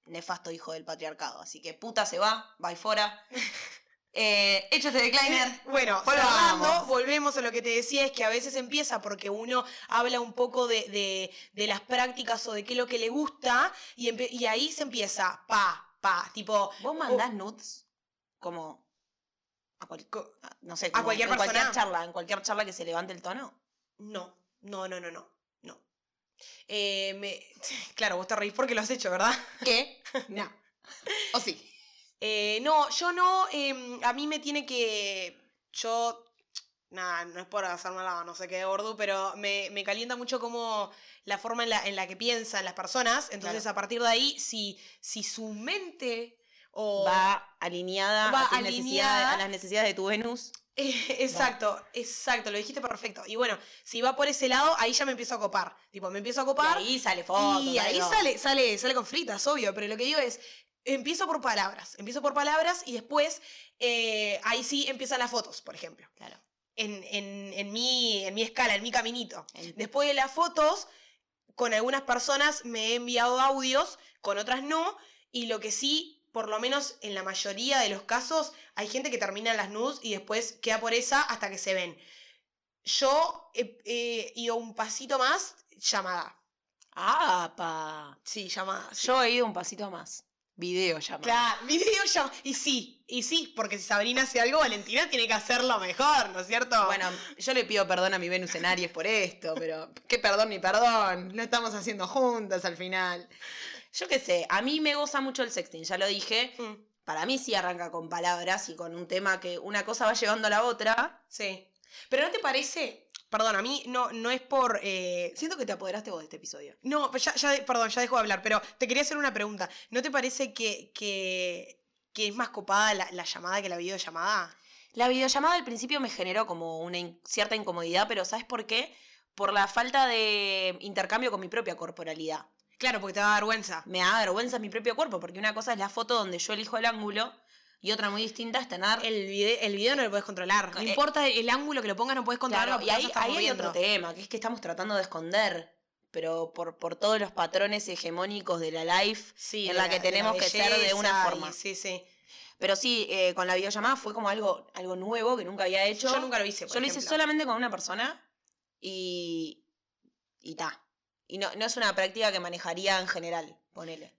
nefasto hijo del patriarcado. Así que puta se va, va y fuera. eh, hechos de decliner. Bueno, Volvamos. cerrando, volvemos a lo que te decía, es que a veces empieza porque uno habla un poco de, de- de las prácticas o de qué es lo que le gusta y, empe- y ahí se empieza, pa, pa, tipo, Vos mandás nudes como a, cual- co- a- no sé, A como cualquier en cualquier persona. charla, en cualquier charla que se levante el tono. no, no, no, no, no, no. Eh, me- claro, vos te reís porque lo has hecho, ¿verdad? ¿Qué? no. O sí. Eh, no, yo no, em, a mí me tiene que, yo, nada, no es por hacerme la no sé qué gordo, pero me, me calienta mucho como la forma en la, en la que piensan las personas, entonces Claro. a partir de ahí, si, si su mente o... va alineada, Va a, tus necesidades- alineada. a las necesidades de tu Venus. Eh, exacto, exacto, lo dijiste perfecto. Y bueno, si va por ese lado, ahí ya me empiezo a copar, tipo, me empiezo a copar. Y ahí sale foto. Y ahí sale, sale, sale con fritas, obvio, pero lo que digo es, empiezo por palabras, empiezo por palabras y después eh, ahí sí empiezan las fotos, por ejemplo. Claro. En, en, en, mi, en mi escala, en mi caminito. Después de las fotos, con algunas personas me he enviado audios, con otras no, y lo que sí, por lo menos en la mayoría de los casos, hay gente que termina en las nudes y después queda por esa hasta que se ven. Yo he, he ido un pasito más, llamada. Ah, pa. Sí, llamada. Yo he ido un pasito más. Video llamado. Claro, video llamada. Y sí, y sí, porque si Sabrina hace algo, Valentina tiene que hacerlo mejor, ¿no es cierto? Bueno, yo le pido perdón a mi Venus en Aries por esto, pero qué perdón ni perdón. Lo estamos haciendo juntas al final. Yo qué sé, a mí me goza mucho el sexting, ya lo dije. Mm, Para mí sí arranca con palabras y con un tema que una cosa va llevando a la otra. sí. Pero ¿no te parece? Perdón, a mí no, no es por. eh, Siento que te apoderaste vos de este episodio. No, pues ya, ya de- perdón, ya dejo de hablar, pero te quería hacer una pregunta. ¿No te parece que, que, que es más copada la, la llamada que la videollamada? La videollamada al principio me generó como una in- cierta incomodidad, pero ¿sabes por qué? Por la falta de intercambio con mi propia corporalidad. Claro, porque te da vergüenza. Me da vergüenza mi propio cuerpo, porque una cosa es la foto donde yo elijo el ángulo y otra muy distinta es tener... El video, el video no lo puedes controlar. No Eh, importa el ángulo que lo pongas, no puedes Claro, controlarlo. y ahí, ahí hay otro tema, que es que estamos tratando de esconder, pero por, por todos los patrones hegemónicos de la life. en la que tenemos que ser de una forma. Sí, sí. Pero sí, eh, con la videollamada fue como algo, algo nuevo que nunca había hecho. Yo, nunca lo hice. por Yo lo hice ejemplo. solamente con una persona y. y ta. Y no, no es una práctica que manejaría en general, ponele.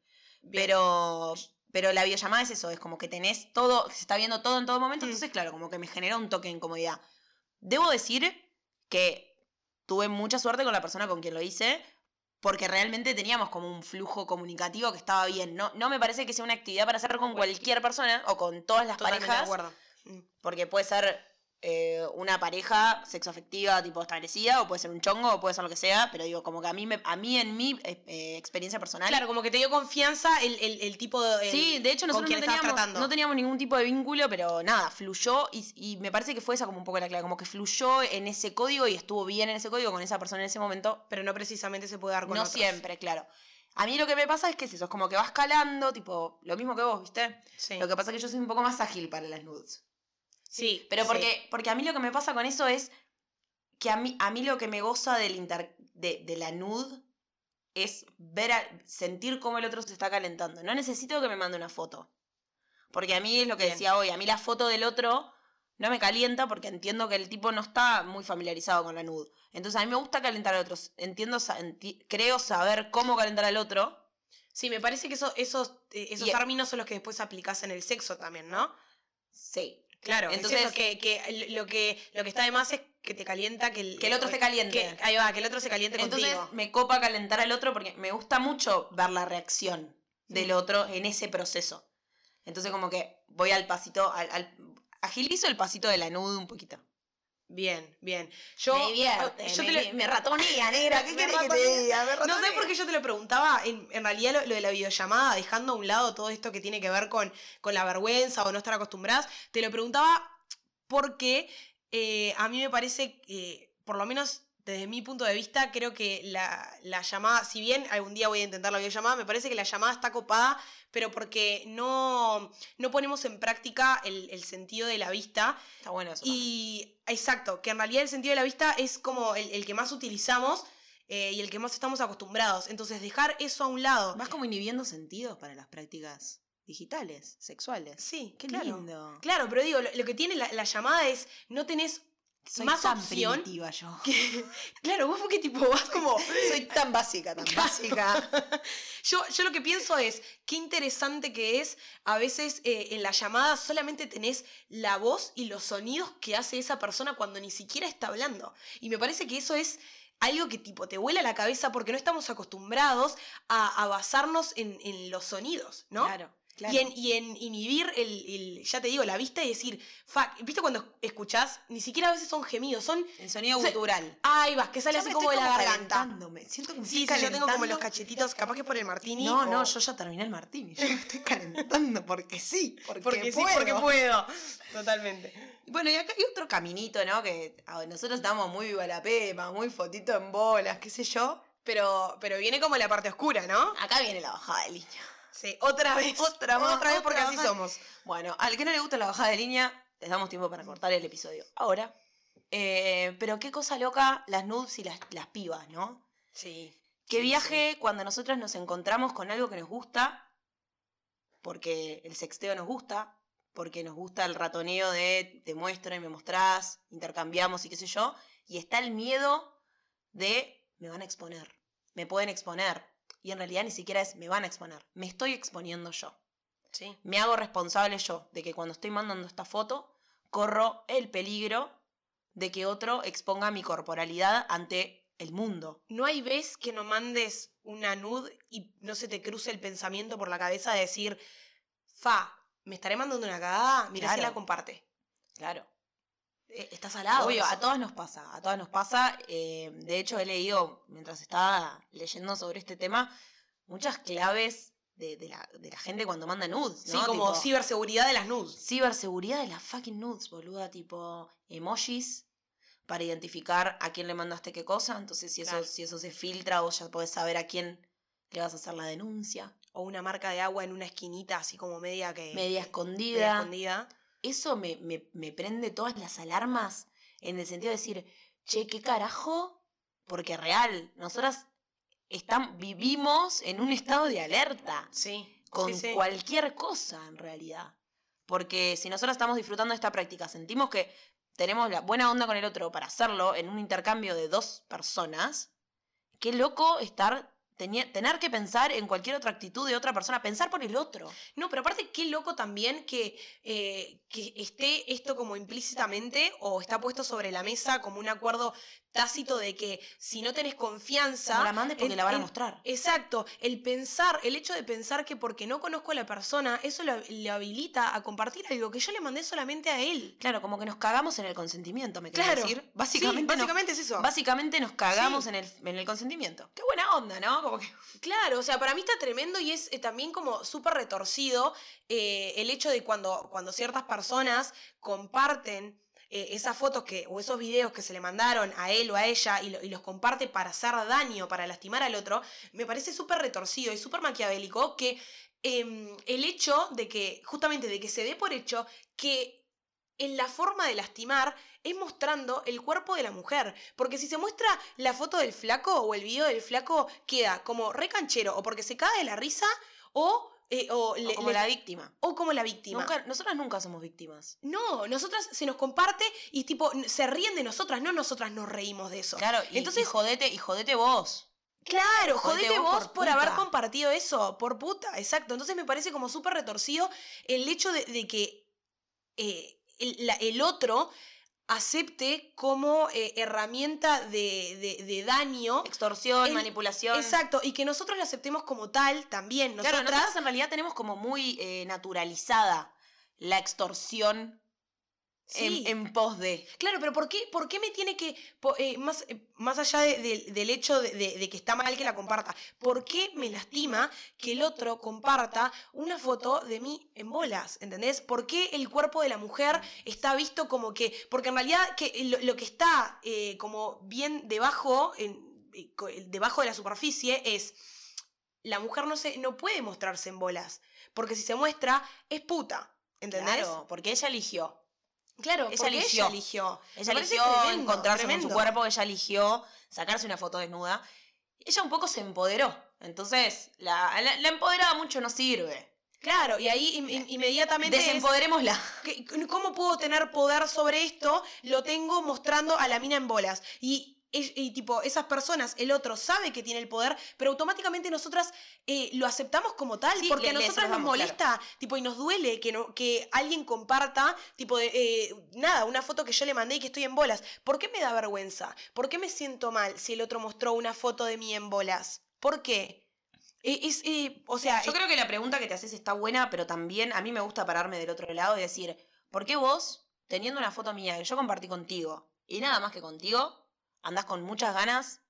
Pero. Pero la videollamada es eso, es como que tenés todo, se está viendo todo en todo momento, Mm. entonces claro, como que me genera un toque de incomodidad. Debo decir que tuve mucha suerte con la persona con quien lo hice, porque realmente teníamos como un flujo comunicativo que estaba bien. No, no me parece que sea una actividad para hacer con cualquier persona o con todas las Totalmente de parejas, acuerdo. Mm. porque puede ser eh, una pareja sexoafectiva tipo establecida, o puede ser un chongo, o puede ser lo que sea, pero digo, como que a mí, me- a mí en mi eh, eh, experiencia personal. Claro, como que te dio confianza el, el- el tipo de. el- Sí, de hecho con nosotros quien no estabas teníamos, tratando. no teníamos ningún tipo de vínculo, pero nada, fluyó y, y me parece que fue esa como un poco la clave, como que fluyó en ese código y estuvo bien en ese código con esa persona en ese momento, Pero no precisamente se puede dar con no otros. siempre, claro. A mí lo que me pasa es que es eso, es como que vas calando, tipo, lo mismo que vos, ¿viste? Sí. Lo que pasa es que yo soy un poco más ágil para las nudes. Sí, Pero sí. porque, porque a mí lo que me pasa con eso es que a mí, a mí lo que me goza del inter- de, de la nude es ver a- sentir cómo el otro se está calentando. No necesito que me mande una foto. Porque a mí es lo que Bien. decía hoy, a mí la foto del otro no me calienta porque entiendo que el tipo no está muy familiarizado con la nude. Entonces a mí me gusta calentar a otros. Entiendo, sa- enti- creo saber cómo calentar al otro. Sí, me parece que eso- esos, eh, esos Y- e términos son los que después aplicás en el sexo también, ¿no? Sí. Claro, entonces Entonces- lo que, que- lo que lo que está de más es que te calienta que el, Que el otro esté caliente. que- ahí va, que el otro se caliente Entonces contigo. me copa calentar al otro porque me gusta mucho ver la reacción del Mm. otro en ese proceso. Entonces como que voy al pasito, al, al- agilizo el pasito de la nude un poquito. Bien, bien. Yo, ah, me divierte, yo me, te lo- di- me ratonea, negra. ¿Qué Me querés que ratonea. te diga? Me No sé ratonea. por qué yo te lo preguntaba, en, en realidad lo, lo de la videollamada, dejando a un lado todo esto que tiene que ver con, con la vergüenza o no estar acostumbradas, te lo preguntaba porque eh, a mí me parece, que, por lo menos desde mi punto de vista, creo que la, la llamada, si bien algún día voy a intentar la videollamada, me parece que la llamada está copada, pero porque no, no ponemos en práctica el- el sentido de la vista. Está bueno eso. también. Y exacto, que en realidad el sentido de la vista es como el, el que más utilizamos eh, y el que más estamos acostumbrados. Entonces, dejar eso a un lado. Vas como inhibiendo sentidos para las prácticas digitales, sexuales. Sí, Qué claro. lindo. Claro, pero digo, lo, lo que tiene la, la llamada es, no tenés... Soy más tan opción primitiva yo. Claro, vos porque tipo vas como... Soy tan básica, tan básica. Yo, yo lo que pienso es, qué interesante que es, a veces eh, en la llamada solamente tenés la voz y los sonidos que hace esa persona cuando ni siquiera está hablando. Y me parece que eso es algo que tipo te vuela la cabeza porque no estamos acostumbrados a, a basarnos en, en los sonidos, ¿no? Claro, claro. Y en, y en inhibir el, el- ya te digo, la vista y decir, fuck, ¿viste cuando escuchás? Ni siquiera a veces son gemidos, son, El sonido Sí. gutural. ay, vas, que sale Ya así me como de estoy la garganta. calentándome, Siento que me Sí, sí, estoy yo tengo como los calentando. cachetitos, capaz que por el martini. No, no, o- yo ya terminé el martini. Yo me estoy calentando porque sí. Porque, puedo. puedo. Totalmente. Bueno, y acá hay otro caminito, ¿no? Que ah, nosotros estamos muy viva la pema, muy fotito en bolas, qué sé yo. Pero, pero viene como la parte oscura, ¿no? Acá viene la bajada de línea. Sí, otra vez. Otra más, Otra vez porque otra así más. somos. Bueno, al que no le gusta la bajada de línea, les damos tiempo para cortar el episodio. Ahora. Eh, pero qué cosa loca las nudes y las, las pibas, ¿no? Sí. Que Sí, viaje cuando nosotras nos encontramos con algo que nos gusta, porque el sexteo nos gusta, porque nos gusta el ratoneo de te muestro y me mostrás, intercambiamos y qué sé yo, y está el miedo de me van a exponer, me pueden exponer, y en realidad ni siquiera es me van a exponer, me estoy exponiendo yo. Sí. Me hago responsable yo de que cuando estoy mandando esta foto, corro el peligro de que otro exponga mi corporalidad ante el mundo. No hay vez que no mandes una nud y no se te cruce el pensamiento por la cabeza de decir, fa, me estaré mandando una cagada, mira si Claro. la comparte. Claro. Ah, Eh, Estás al lado. Obvio, eso. a todas nos pasa, a todas nos pasa. eh, de hecho, he leído, mientras estaba leyendo sobre este tema, muchas claves de, de la, de la gente cuando manda nudes, Sí, ¿no? como Tipo, ciberseguridad de las nudes. ciberseguridad de las fucking nudes, boluda, tipo emojis para identificar a quién le mandaste qué cosa. Entonces, si eso, Claro. si eso se filtra, vos ya podés saber a quién le vas a hacer la denuncia. O una marca de agua en una esquinita, así como media que... Media media escondida. escondida. eso me, me- me prende todas las alarmas en el sentido de decir, che, qué carajo, porque real, nosotras están, vivimos en un estado de alerta Sí. con sí, sí. cualquier cosa en realidad. Porque si nosotros estamos disfrutando de esta práctica, sentimos que tenemos la buena onda con el otro para hacerlo en un intercambio de dos personas, qué loco estar, teni- tener que pensar en cualquier otra actitud de otra persona, pensar por el otro. No, pero aparte qué loco también que, eh, que esté esto como implícitamente o está puesto sobre la mesa como un acuerdo tácito de que si no tenés No confianza... la mandes porque en- la van a en- mostrar. Exacto, el pensar, el hecho de pensar que porque no conozco a la persona, eso lo- le habilita a compartir algo que yo le mandé solamente a él. Claro, como que nos cagamos en el consentimiento, me querés Claro. decir. Sí, Básicamente, nos- básicamente es eso. básicamente nos cagamos Sí. en, el, en el consentimiento. Qué buena onda, ¿no? Como que Claro, o sea, para mí está tremendo y es eh, también como súper retorcido eh, el hecho de cuando, cuando ciertas personas comparten eh, esas fotos que, o esos videos que se le mandaron a él o a ella y, lo- y los comparte para hacer daño, para lastimar al otro, me parece súper retorcido y súper maquiavélico que em, el hecho de que, justamente de que se dé por hecho que en la forma de lastimar es mostrando el cuerpo de la mujer. Porque si se muestra la foto del flaco o el video del flaco, queda como re canchero, o porque se cae de la risa, o, eh, o, le- o como le- la víctima. o como la víctima. Nunca, nosotras nunca somos víctimas. No, nosotras se nos comparte y tipo n- se ríen de nosotras, no nosotras nos reímos de eso. Claro, y, Entonces- Entonces, jodete, y jodete vos. Claro, Jodete jodete vos vos por por, haber puta. compartido eso, por puta, exacto. Entonces me parece como súper retorcido el hecho de, de que eh, el, la- el otro acepte como eh, herramienta de, de- de daño. Extorsión, El- manipulación. Exacto, y que nosotros la aceptemos como tal también. Claro, Nosotras, nosotras en realidad tenemos como muy eh, naturalizada la extorsión en, Sí. en pos de. Claro, pero ¿por qué, por qué me tiene que, po- eh, más, eh, más allá de- de- del hecho de, de- de que está mal que la comparta, ¿por qué me lastima que el otro comparta una foto de mí en bolas? ¿Entendés? ¿Por qué el cuerpo de la mujer está visto como que, porque en realidad que lo, lo que está eh, como bien debajo, en- eh, co- debajo de la superficie es, la mujer no, se, no puede mostrarse en bolas, porque si se muestra es puta. ¿Entendés? Claro, porque ella eligió. Claro, Ella porque eligió. ella eligió. Ella Me parece eligió tremendo, encontrarse con tremendo. su cuerpo, ella eligió sacarse una foto desnuda. Ella un poco se empoderó. Entonces, la, la, la empoderada mucho no sirve. Claro, y ahí im- im- inmediatamente es, Desempoderémosla. ¿qué- ¿cómo puedo tener poder sobre esto? Lo tengo mostrando a la mina en bolas. Y, es- y tipo, esas personas, el otro sabe que tiene el poder, pero automáticamente nosotras eh, lo aceptamos como tal, Sí, porque le- a le nosotras nos decimos, vamos, molesta, tipo, y nos duele que, no, que alguien comparta, tipo, de, eh, nada, una foto que yo le mandé y que estoy en bolas. ¿Por qué me da vergüenza? ¿Por qué me siento mal si el otro mostró una foto de mí en bolas? ¿Por qué? Eh, Es, eh, o sea, Yo es- creo que la pregunta que te haces está buena, pero también a mí me gusta pararme del otro lado y decir, ¿por qué vos, teniendo una foto mía que yo compartí contigo, y nada más que contigo, andás con muchas ganas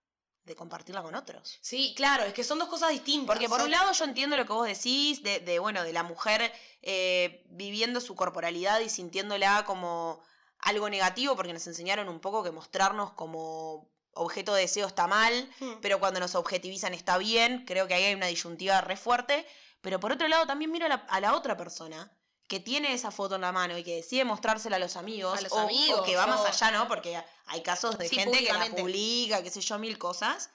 de compartirla con otros? Sí, claro, es que son dos cosas distintas. Porque por Son- un lado yo entiendo lo que vos decís, de, de, bueno, de la mujer eh, viviendo su corporalidad y sintiéndola como algo negativo, porque nos enseñaron un poco que mostrarnos como objeto de deseo está mal, Mm. pero cuando nos objetivizan está bien, creo que ahí hay una disyuntiva re fuerte. Pero por otro lado también miro a la, a la otra persona que tiene esa foto en la mano y que decide mostrársela a los amigos, A los o, o amigos, que va más o- allá, ¿no? Porque hay casos de Sí, gente que la públicamente. publica, qué sé yo, mil cosas.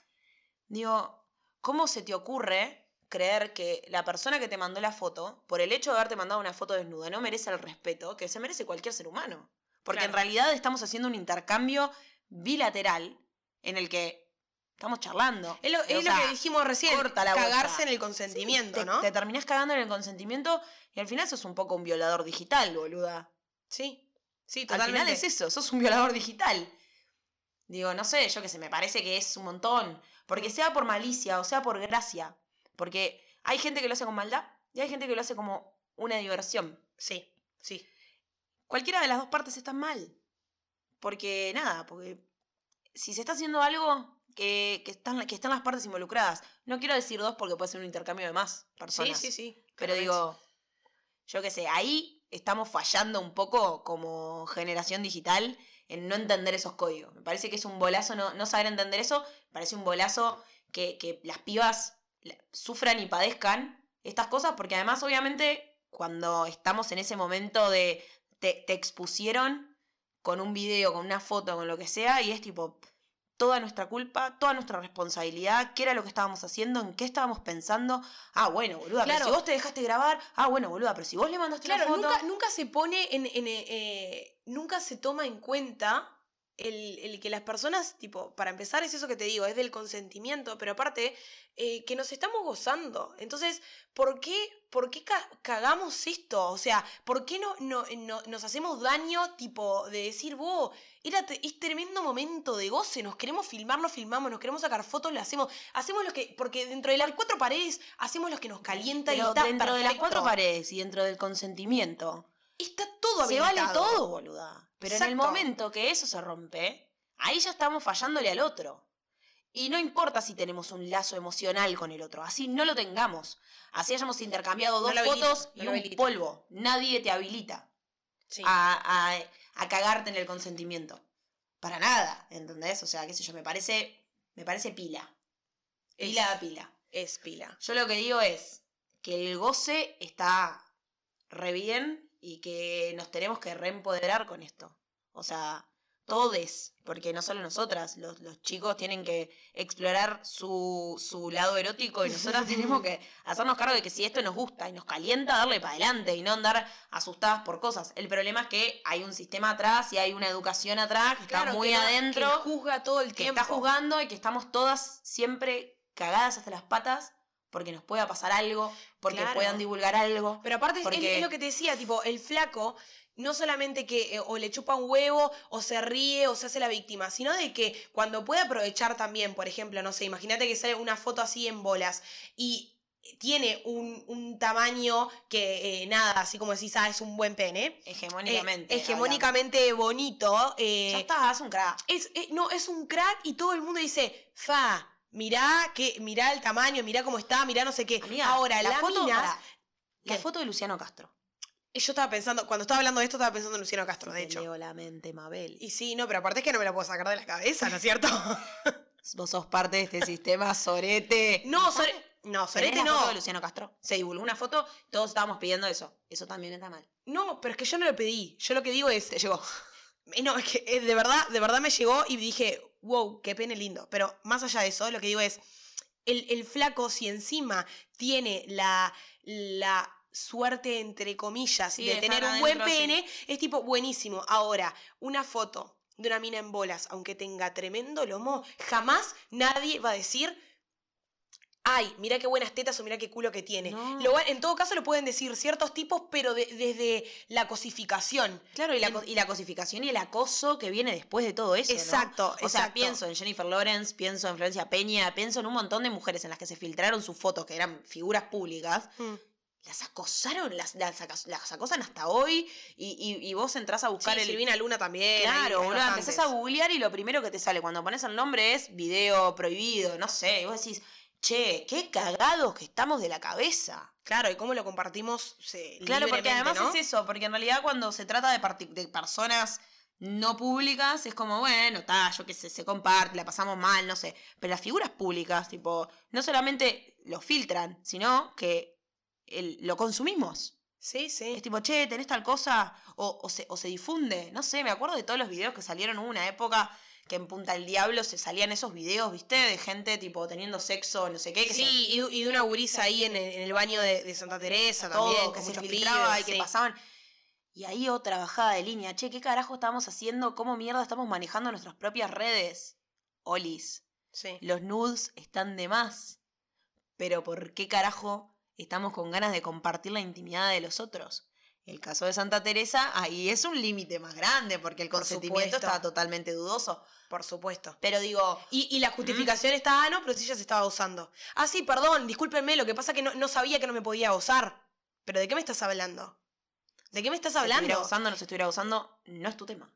Digo, ¿cómo se te ocurre creer que la persona que te mandó la foto, por el hecho de haberte mandado una foto desnuda, no merece el respeto que se merece cualquier ser humano? Porque en Claro. realidad estamos haciendo un intercambio bilateral en el que estamos charlando. es lo, O es lo sea, que dijimos recién, corta la cagarse bocha. en el consentimiento, te, ¿no? te terminás cagando en el consentimiento y al final sos un poco un violador digital, boluda. Sí, sí, Al final es eso, sos un violador digital. Digo, no sé, yo qué sé, me parece que es un montón. Porque sea por malicia o sea por gracia. Porque hay gente que lo hace con maldad y hay gente que lo hace como una diversión. Sí, sí. Cualquiera de las dos partes está mal. Porque nada, porque si se está haciendo algo que, que están, que están las partes involucradas, no quiero decir dos porque puede ser un intercambio de más personas. Sí, sí, sí. Pero claramente. digo, yo qué sé, ahí estamos fallando un poco como generación digital en no entender esos códigos. Me parece que es un bolazo no, no saber entender eso. Me parece un bolazo que, que las pibas la- sufran y padezcan estas cosas, porque además, obviamente, cuando estamos en ese momento de te, te expusieron con un video, con una foto, con lo que sea, y es tipo toda nuestra culpa, toda nuestra responsabilidad, qué era lo que estábamos haciendo, en qué estábamos pensando. Ah, bueno, boluda, Claro. pero si vos te dejaste grabar, ah, bueno, boluda, pero si vos le mandaste la Claro, foto. nunca, nunca se pone en. en, eh, eh, nunca se toma en cuenta el, el que las personas, tipo, para empezar, es eso que te digo, es del consentimiento, pero aparte, eh, que nos estamos gozando. Entonces, ¿por qué, por qué ca- cagamos esto? O sea, ¿por qué no, no, no- nos hacemos daño, tipo, de decir, vos, era te- es tremendo momento de goce, nos queremos filmar, lo filmamos, nos queremos sacar fotos, lo hacemos, hacemos lo que, porque dentro de las cuatro paredes hacemos lo que nos calienta y Pero está dentro de las perfecto. cuatro paredes y dentro del consentimiento, Está todo se habilitado. vale todo, boluda. Pero en el Exacto. momento que eso se rompe, ahí ya estamos fallándole al otro. Y no importa si tenemos un lazo emocional con el otro, así no lo tengamos. Así hayamos intercambiado No dos lo habilita, fotos no y lo un habilita. polvo. Nadie te habilita Sí. a, a- a cagarte en el consentimiento. Para nada, ¿entendés? O sea, qué sé yo, me parece, me parece pila. Es- Pila a pila. Es pila. Yo lo que digo es que el goce está re bien y que nos tenemos que reempoderar con esto. O sea, todes, porque no solo nosotras, los, los chicos tienen que explorar su, su lado erótico y nosotras tenemos que hacernos cargo de que si esto nos gusta y nos calienta, darle para adelante y no andar asustadas por cosas. El problema es que hay un sistema atrás y hay una educación atrás que está Claro, muy que no- adentro que juzga todo el que tiempo. está jugando y que estamos todas siempre cagadas hasta las patas porque nos pueda pasar algo, porque Claro. puedan divulgar algo. Pero aparte es- Porque- es, lo que te decía, tipo, el flaco no solamente que eh, o le chupa un huevo o se ríe o se hace la víctima, sino de que cuando puede aprovechar también, por ejemplo, no sé, imagínate que sale una foto así en bolas y tiene un, un tamaño que eh, nada, así como decís, ah, es un buen pene. Hegemónicamente. Eh, hegemónicamente bonito. eh, hablando. Ya está, es un crack. es, eh, no, es un crack y todo el mundo dice, fa, mirá, que, mirá el tamaño, mirá cómo está, mirá no sé qué. Amiga, Ahora, la, foto, mina- pará, la ¿Qué? foto de Luciano Castro. Yo estaba pensando, cuando estaba hablando de esto, estaba pensando en Luciano Castro, de Te hecho. leo la mente, Mabel. Y sí, no, pero aparte es que no me la puedo sacar de la cabeza, ¿no es cierto? Vos sos parte de este sistema, Sorete. no, Sore- no, ¿Tenés Sorete la foto de no. Luciano Castro? Se divulgó una foto, todos estábamos pidiendo eso. Eso también está mal. No, pero es que yo no lo pedí. Yo lo que digo es, Te llegó. Eh, No, es que eh, de verdad, de verdad me llegó y dije, wow, qué pene lindo. Pero más allá de eso, lo que digo es, el, el flaco, si encima tiene la, la suerte, entre comillas, Sí, de de tener estar un buen adentro, sí. pene, es tipo buenísimo. Ahora, una foto de una mina en bolas, aunque tenga tremendo lomo, jamás nadie va a decir... Ay, mira qué buenas tetas o mira qué culo que tiene. No. Lo va- en todo caso lo pueden decir ciertos tipos, pero de- desde la cosificación. Claro, y la, En- co- y la cosificación y el acoso que viene después de todo eso. ¿no? Exacto, O sea, exacto. pienso en Jennifer Lawrence, pienso en Florencia Peña, pienso en un montón de mujeres en las que se filtraron sus fotos, que eran figuras públicas. Mm. Las acosaron, las, las, acas- las acosan hasta hoy. Y, y- y vos entrás a buscar Sí, el. Silvina Luna también. Claro, ahí, boludo, bastantes. empezás a googlear y lo primero que te sale cuando pones el nombre es video prohibido, no sé, y vos decís, che, qué cagados que estamos de la cabeza. Claro, y cómo lo compartimos. se- Claro, porque libremente, además ¿no? es eso, porque en realidad cuando se trata de, parti- de personas no públicas, es como, bueno, está, yo qué sé, se comparte, la pasamos mal, no sé. Pero las figuras públicas, tipo, no solamente lo filtran, sino que el- lo consumimos. Sí, Es sí. tipo, che, tenés tal cosa, o, o se, o se difunde. No sé, me acuerdo de todos los videos que salieron. Hubo una época que en Punta del Diablo se salían esos videos, ¿viste? De gente, tipo, teniendo sexo, no sé qué. Que Sí, y, y de una gurisa ahí en el, en el baño de, de Santa Teresa se, todo, también, que con se muchos filtraba pibes, y que sí. pasaban. Y ahí otra bajada de línea. Che, ¿qué carajo estamos haciendo? ¿Cómo mierda estamos manejando nuestras propias redes? Olis, Sí. los nudes están de más. Pero ¿por qué carajo estamos con ganas de compartir la intimidad de los otros? El caso de Santa Teresa, ahí es un límite más grande, porque el Por consentimiento supuesto. está totalmente dudoso. Por supuesto. Pero digo, Y, y la justificación está, ah, no, pero sí ya se estaba usando. Ah, sí, perdón, discúlpenme, lo que pasa que no, no sabía que no me podía usar. ¿Pero de qué me estás hablando? ¿De qué me estás si estuviera hablando? usando, no se estuviera usando, no es tu tema.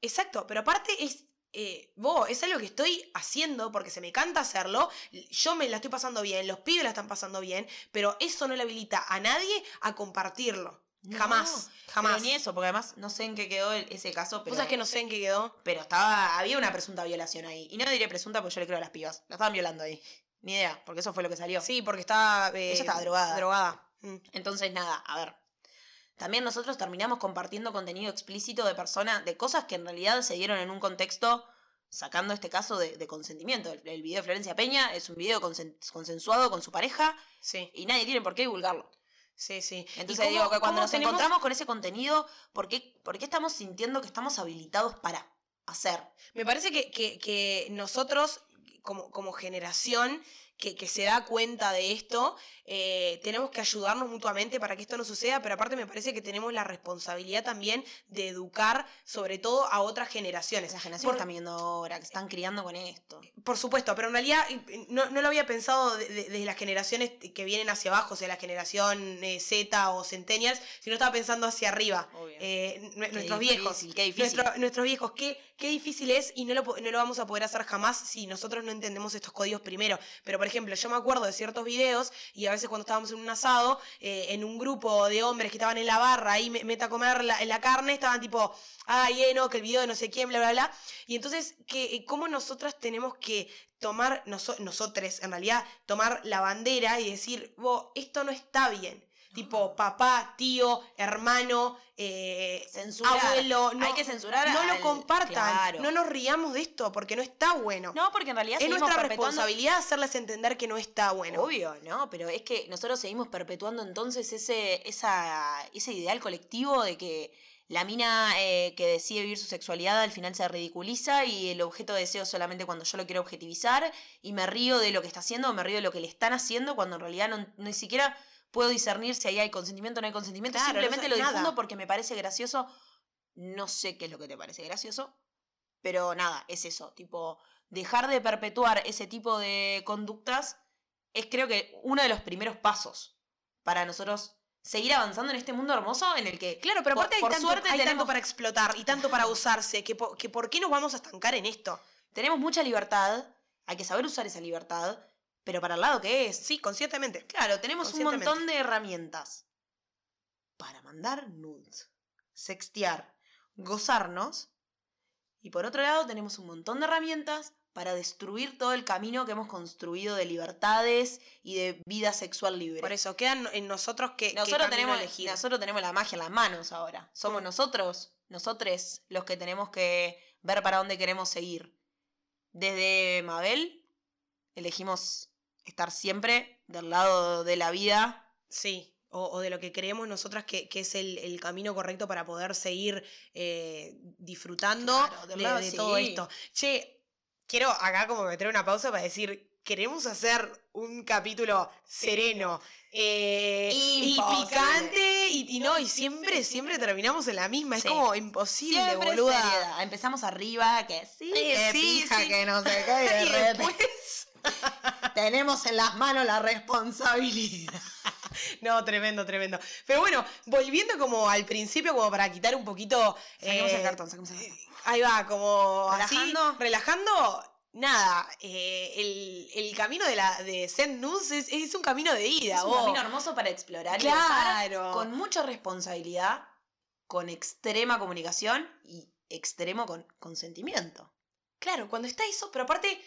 Exacto, pero aparte es. Eh, vos, es algo que estoy haciendo porque se me canta hacerlo. Yo me la estoy pasando bien, los pibes la están pasando bien, pero eso no le habilita a nadie a compartirlo. No, jamás, jamás. Pero ni eso, porque además no sé en qué quedó el- ese caso, pero, Cosas que no sé en qué quedó. pero estaba, había una presunta violación ahí. Y no diré presunta porque yo le creo a las pibas. La estaban violando ahí. Ni idea, porque eso fue lo que salió. Sí, porque estaba. eh, Ella estaba drogada. Drogada. Mm. Entonces, nada, a ver. También nosotros terminamos compartiendo contenido explícito de personas, de cosas que en realidad se dieron en un contexto, sacando este caso de, de consentimiento. El, el video de Florencia Peña es un video consen- consensuado con su pareja Sí, y nadie tiene por qué divulgarlo. sí, sí. Entonces ¿Y cómo- digo que cómo cuando nos tenemos- encontramos con ese contenido, ¿por qué, por qué estamos sintiendo que estamos habilitados para hacer? Me parece que, que- que nosotros, como, como generación que, que se da cuenta de esto, eh, tenemos que ayudarnos mutuamente para que esto no suceda, pero aparte me parece que tenemos la responsabilidad también de educar, sobre todo a otras generaciones. Las generaciones Por- están viendo ahora, que se están criando con esto. Por supuesto, pero en realidad eh, no, no lo había pensado de- de- desde las generaciones que vienen hacia abajo, o sea, la generación eh, Z o Centennials, sino estaba pensando hacia arriba. Obvio. eh, nue- Qué nuestros viejos. difícil, Qué difícil. Nuestro- nuestros viejos, qué, qué difícil es y no lo, po- no lo vamos a poder hacer jamás si nosotros no entendemos estos códigos primero. Pero, por ejemplo, yo me acuerdo de ciertos videos y a veces cuando estábamos en un asado, eh, en un grupo de hombres que estaban en la barra ahí me- meta a comer la, la carne, estaban tipo, ay, eh, no, que el video de no sé quién, bla, bla, bla. Y entonces, que, eh, ¿cómo nosotras tenemos que tomar, noso- nosotres en realidad, tomar la bandera y decir, vos, esto no está bien? Tipo, papá, tío, hermano, eh, Censurar. abuelo, no, Hay que censurar no lo al- compartan, claro. no nos riamos de esto porque no está bueno. No, porque en realidad es seguimos nuestra perpetuando- responsabilidad hacerles entender que no está bueno. Obvio, ¿no? Pero es que nosotros seguimos perpetuando entonces ese, esa, ese ideal colectivo de que la mina eh, que decide vivir su sexualidad al final se ridiculiza y el objeto de deseo es solamente cuando yo lo quiero objetivizar y me río de lo que está haciendo o me río de lo que le están haciendo cuando en realidad no, ni siquiera puedo discernir si ahí hay consentimiento o no hay consentimiento. Claro, no Simplemente lo sabes nada. difundo porque me parece gracioso. No sé qué es lo que te parece gracioso, pero nada, es eso, tipo, dejar de perpetuar ese tipo de conductas es creo que uno de los primeros pasos para nosotros seguir avanzando en este mundo hermoso en el que Claro, pero Por- aparte hay, por tanto, suerte hay tanto tenemos- para explotar y tanto para usarse, que, po- que ¿por qué nos vamos a estancar en esto? tenemos mucha libertad, hay que saber usar esa libertad, pero para el lado que es. Sí, conscientemente. Claro, tenemos un Conscientemente. montón de herramientas para mandar nudes, sextear, gozarnos. Y por otro lado, tenemos un montón de herramientas para destruir todo el camino que hemos construido de libertades y de vida sexual libre. Por eso, quedan en nosotros que nosotros, tenemos, elegir. nosotros tenemos la magia en las manos ahora. Somos nosotros, nosotros, los que tenemos que ver para dónde queremos seguir. Desde Mabel, elegimos estar siempre del lado de la vida Sí, o, o de lo que creemos nosotras que, que es el, el camino correcto para poder seguir eh, disfrutando Claro, del de, lado de sí. todo esto. Che, quiero acá como meter una pausa para decir, queremos hacer un capítulo sereno eh, y Imposible. picante y, y no, y siempre, siempre terminamos en la misma, es Sí. como imposible, Siempre boluda. seriedad. Empezamos arriba, que sí, Eh, que sí, pija, sí. que no sé qué. Y, de Y repente después, tenemos en las manos la responsabilidad. no, tremendo, tremendo. Pero bueno, volviendo como al principio, como para quitar un poquito Saquemos el eh, cartón, saquemos el cartón. Ahí va, como relajando. Relajando. relajando, nada, eh, el, el camino de, la, de Zen News es, es un camino de ida. Es un vos. camino hermoso para explorar y gozar, Claro. con mucha responsabilidad, con extrema comunicación y extremo con consentimiento. Claro, cuando está eso, pero aparte,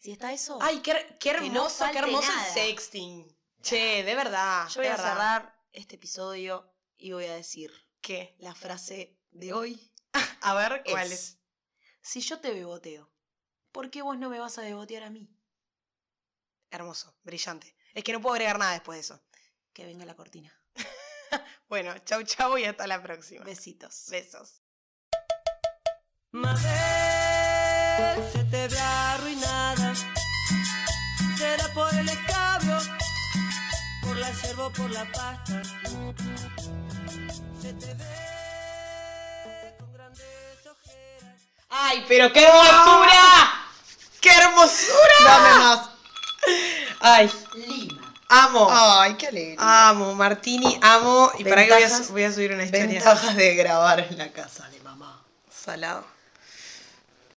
Si está eso, ay, qué, her- qué Oh, Que no hermoso, qué falte hermoso el nada. sexting. Che, de verdad. yo voy de a verdad. cerrar este episodio y voy a decir ¿Qué? la frase de hoy A ver, es, ¿cuál es? si yo te beboteo, ¿por qué vos no me vas a bebotear a mí? Hermoso, brillante. Es que no puedo agregar nada después de eso. Que venga la cortina. Bueno, chau, chau y hasta la próxima. Besitos. Besos. Mabel, se te ve arruinada. Será por el escabio, por la cervo, por la pasta. Se te ve con grandes ojeras. ¡Ay, pero qué hermosura! Ah, ¡Qué hermosura! Dame más. Ay, Lima. amo. Ay, qué alegre. Amo, Martini, amo. Y para que voy a, Ventajas- su- voy a subir una historia. Ventajas de grabar en la casa de mamá. Salado.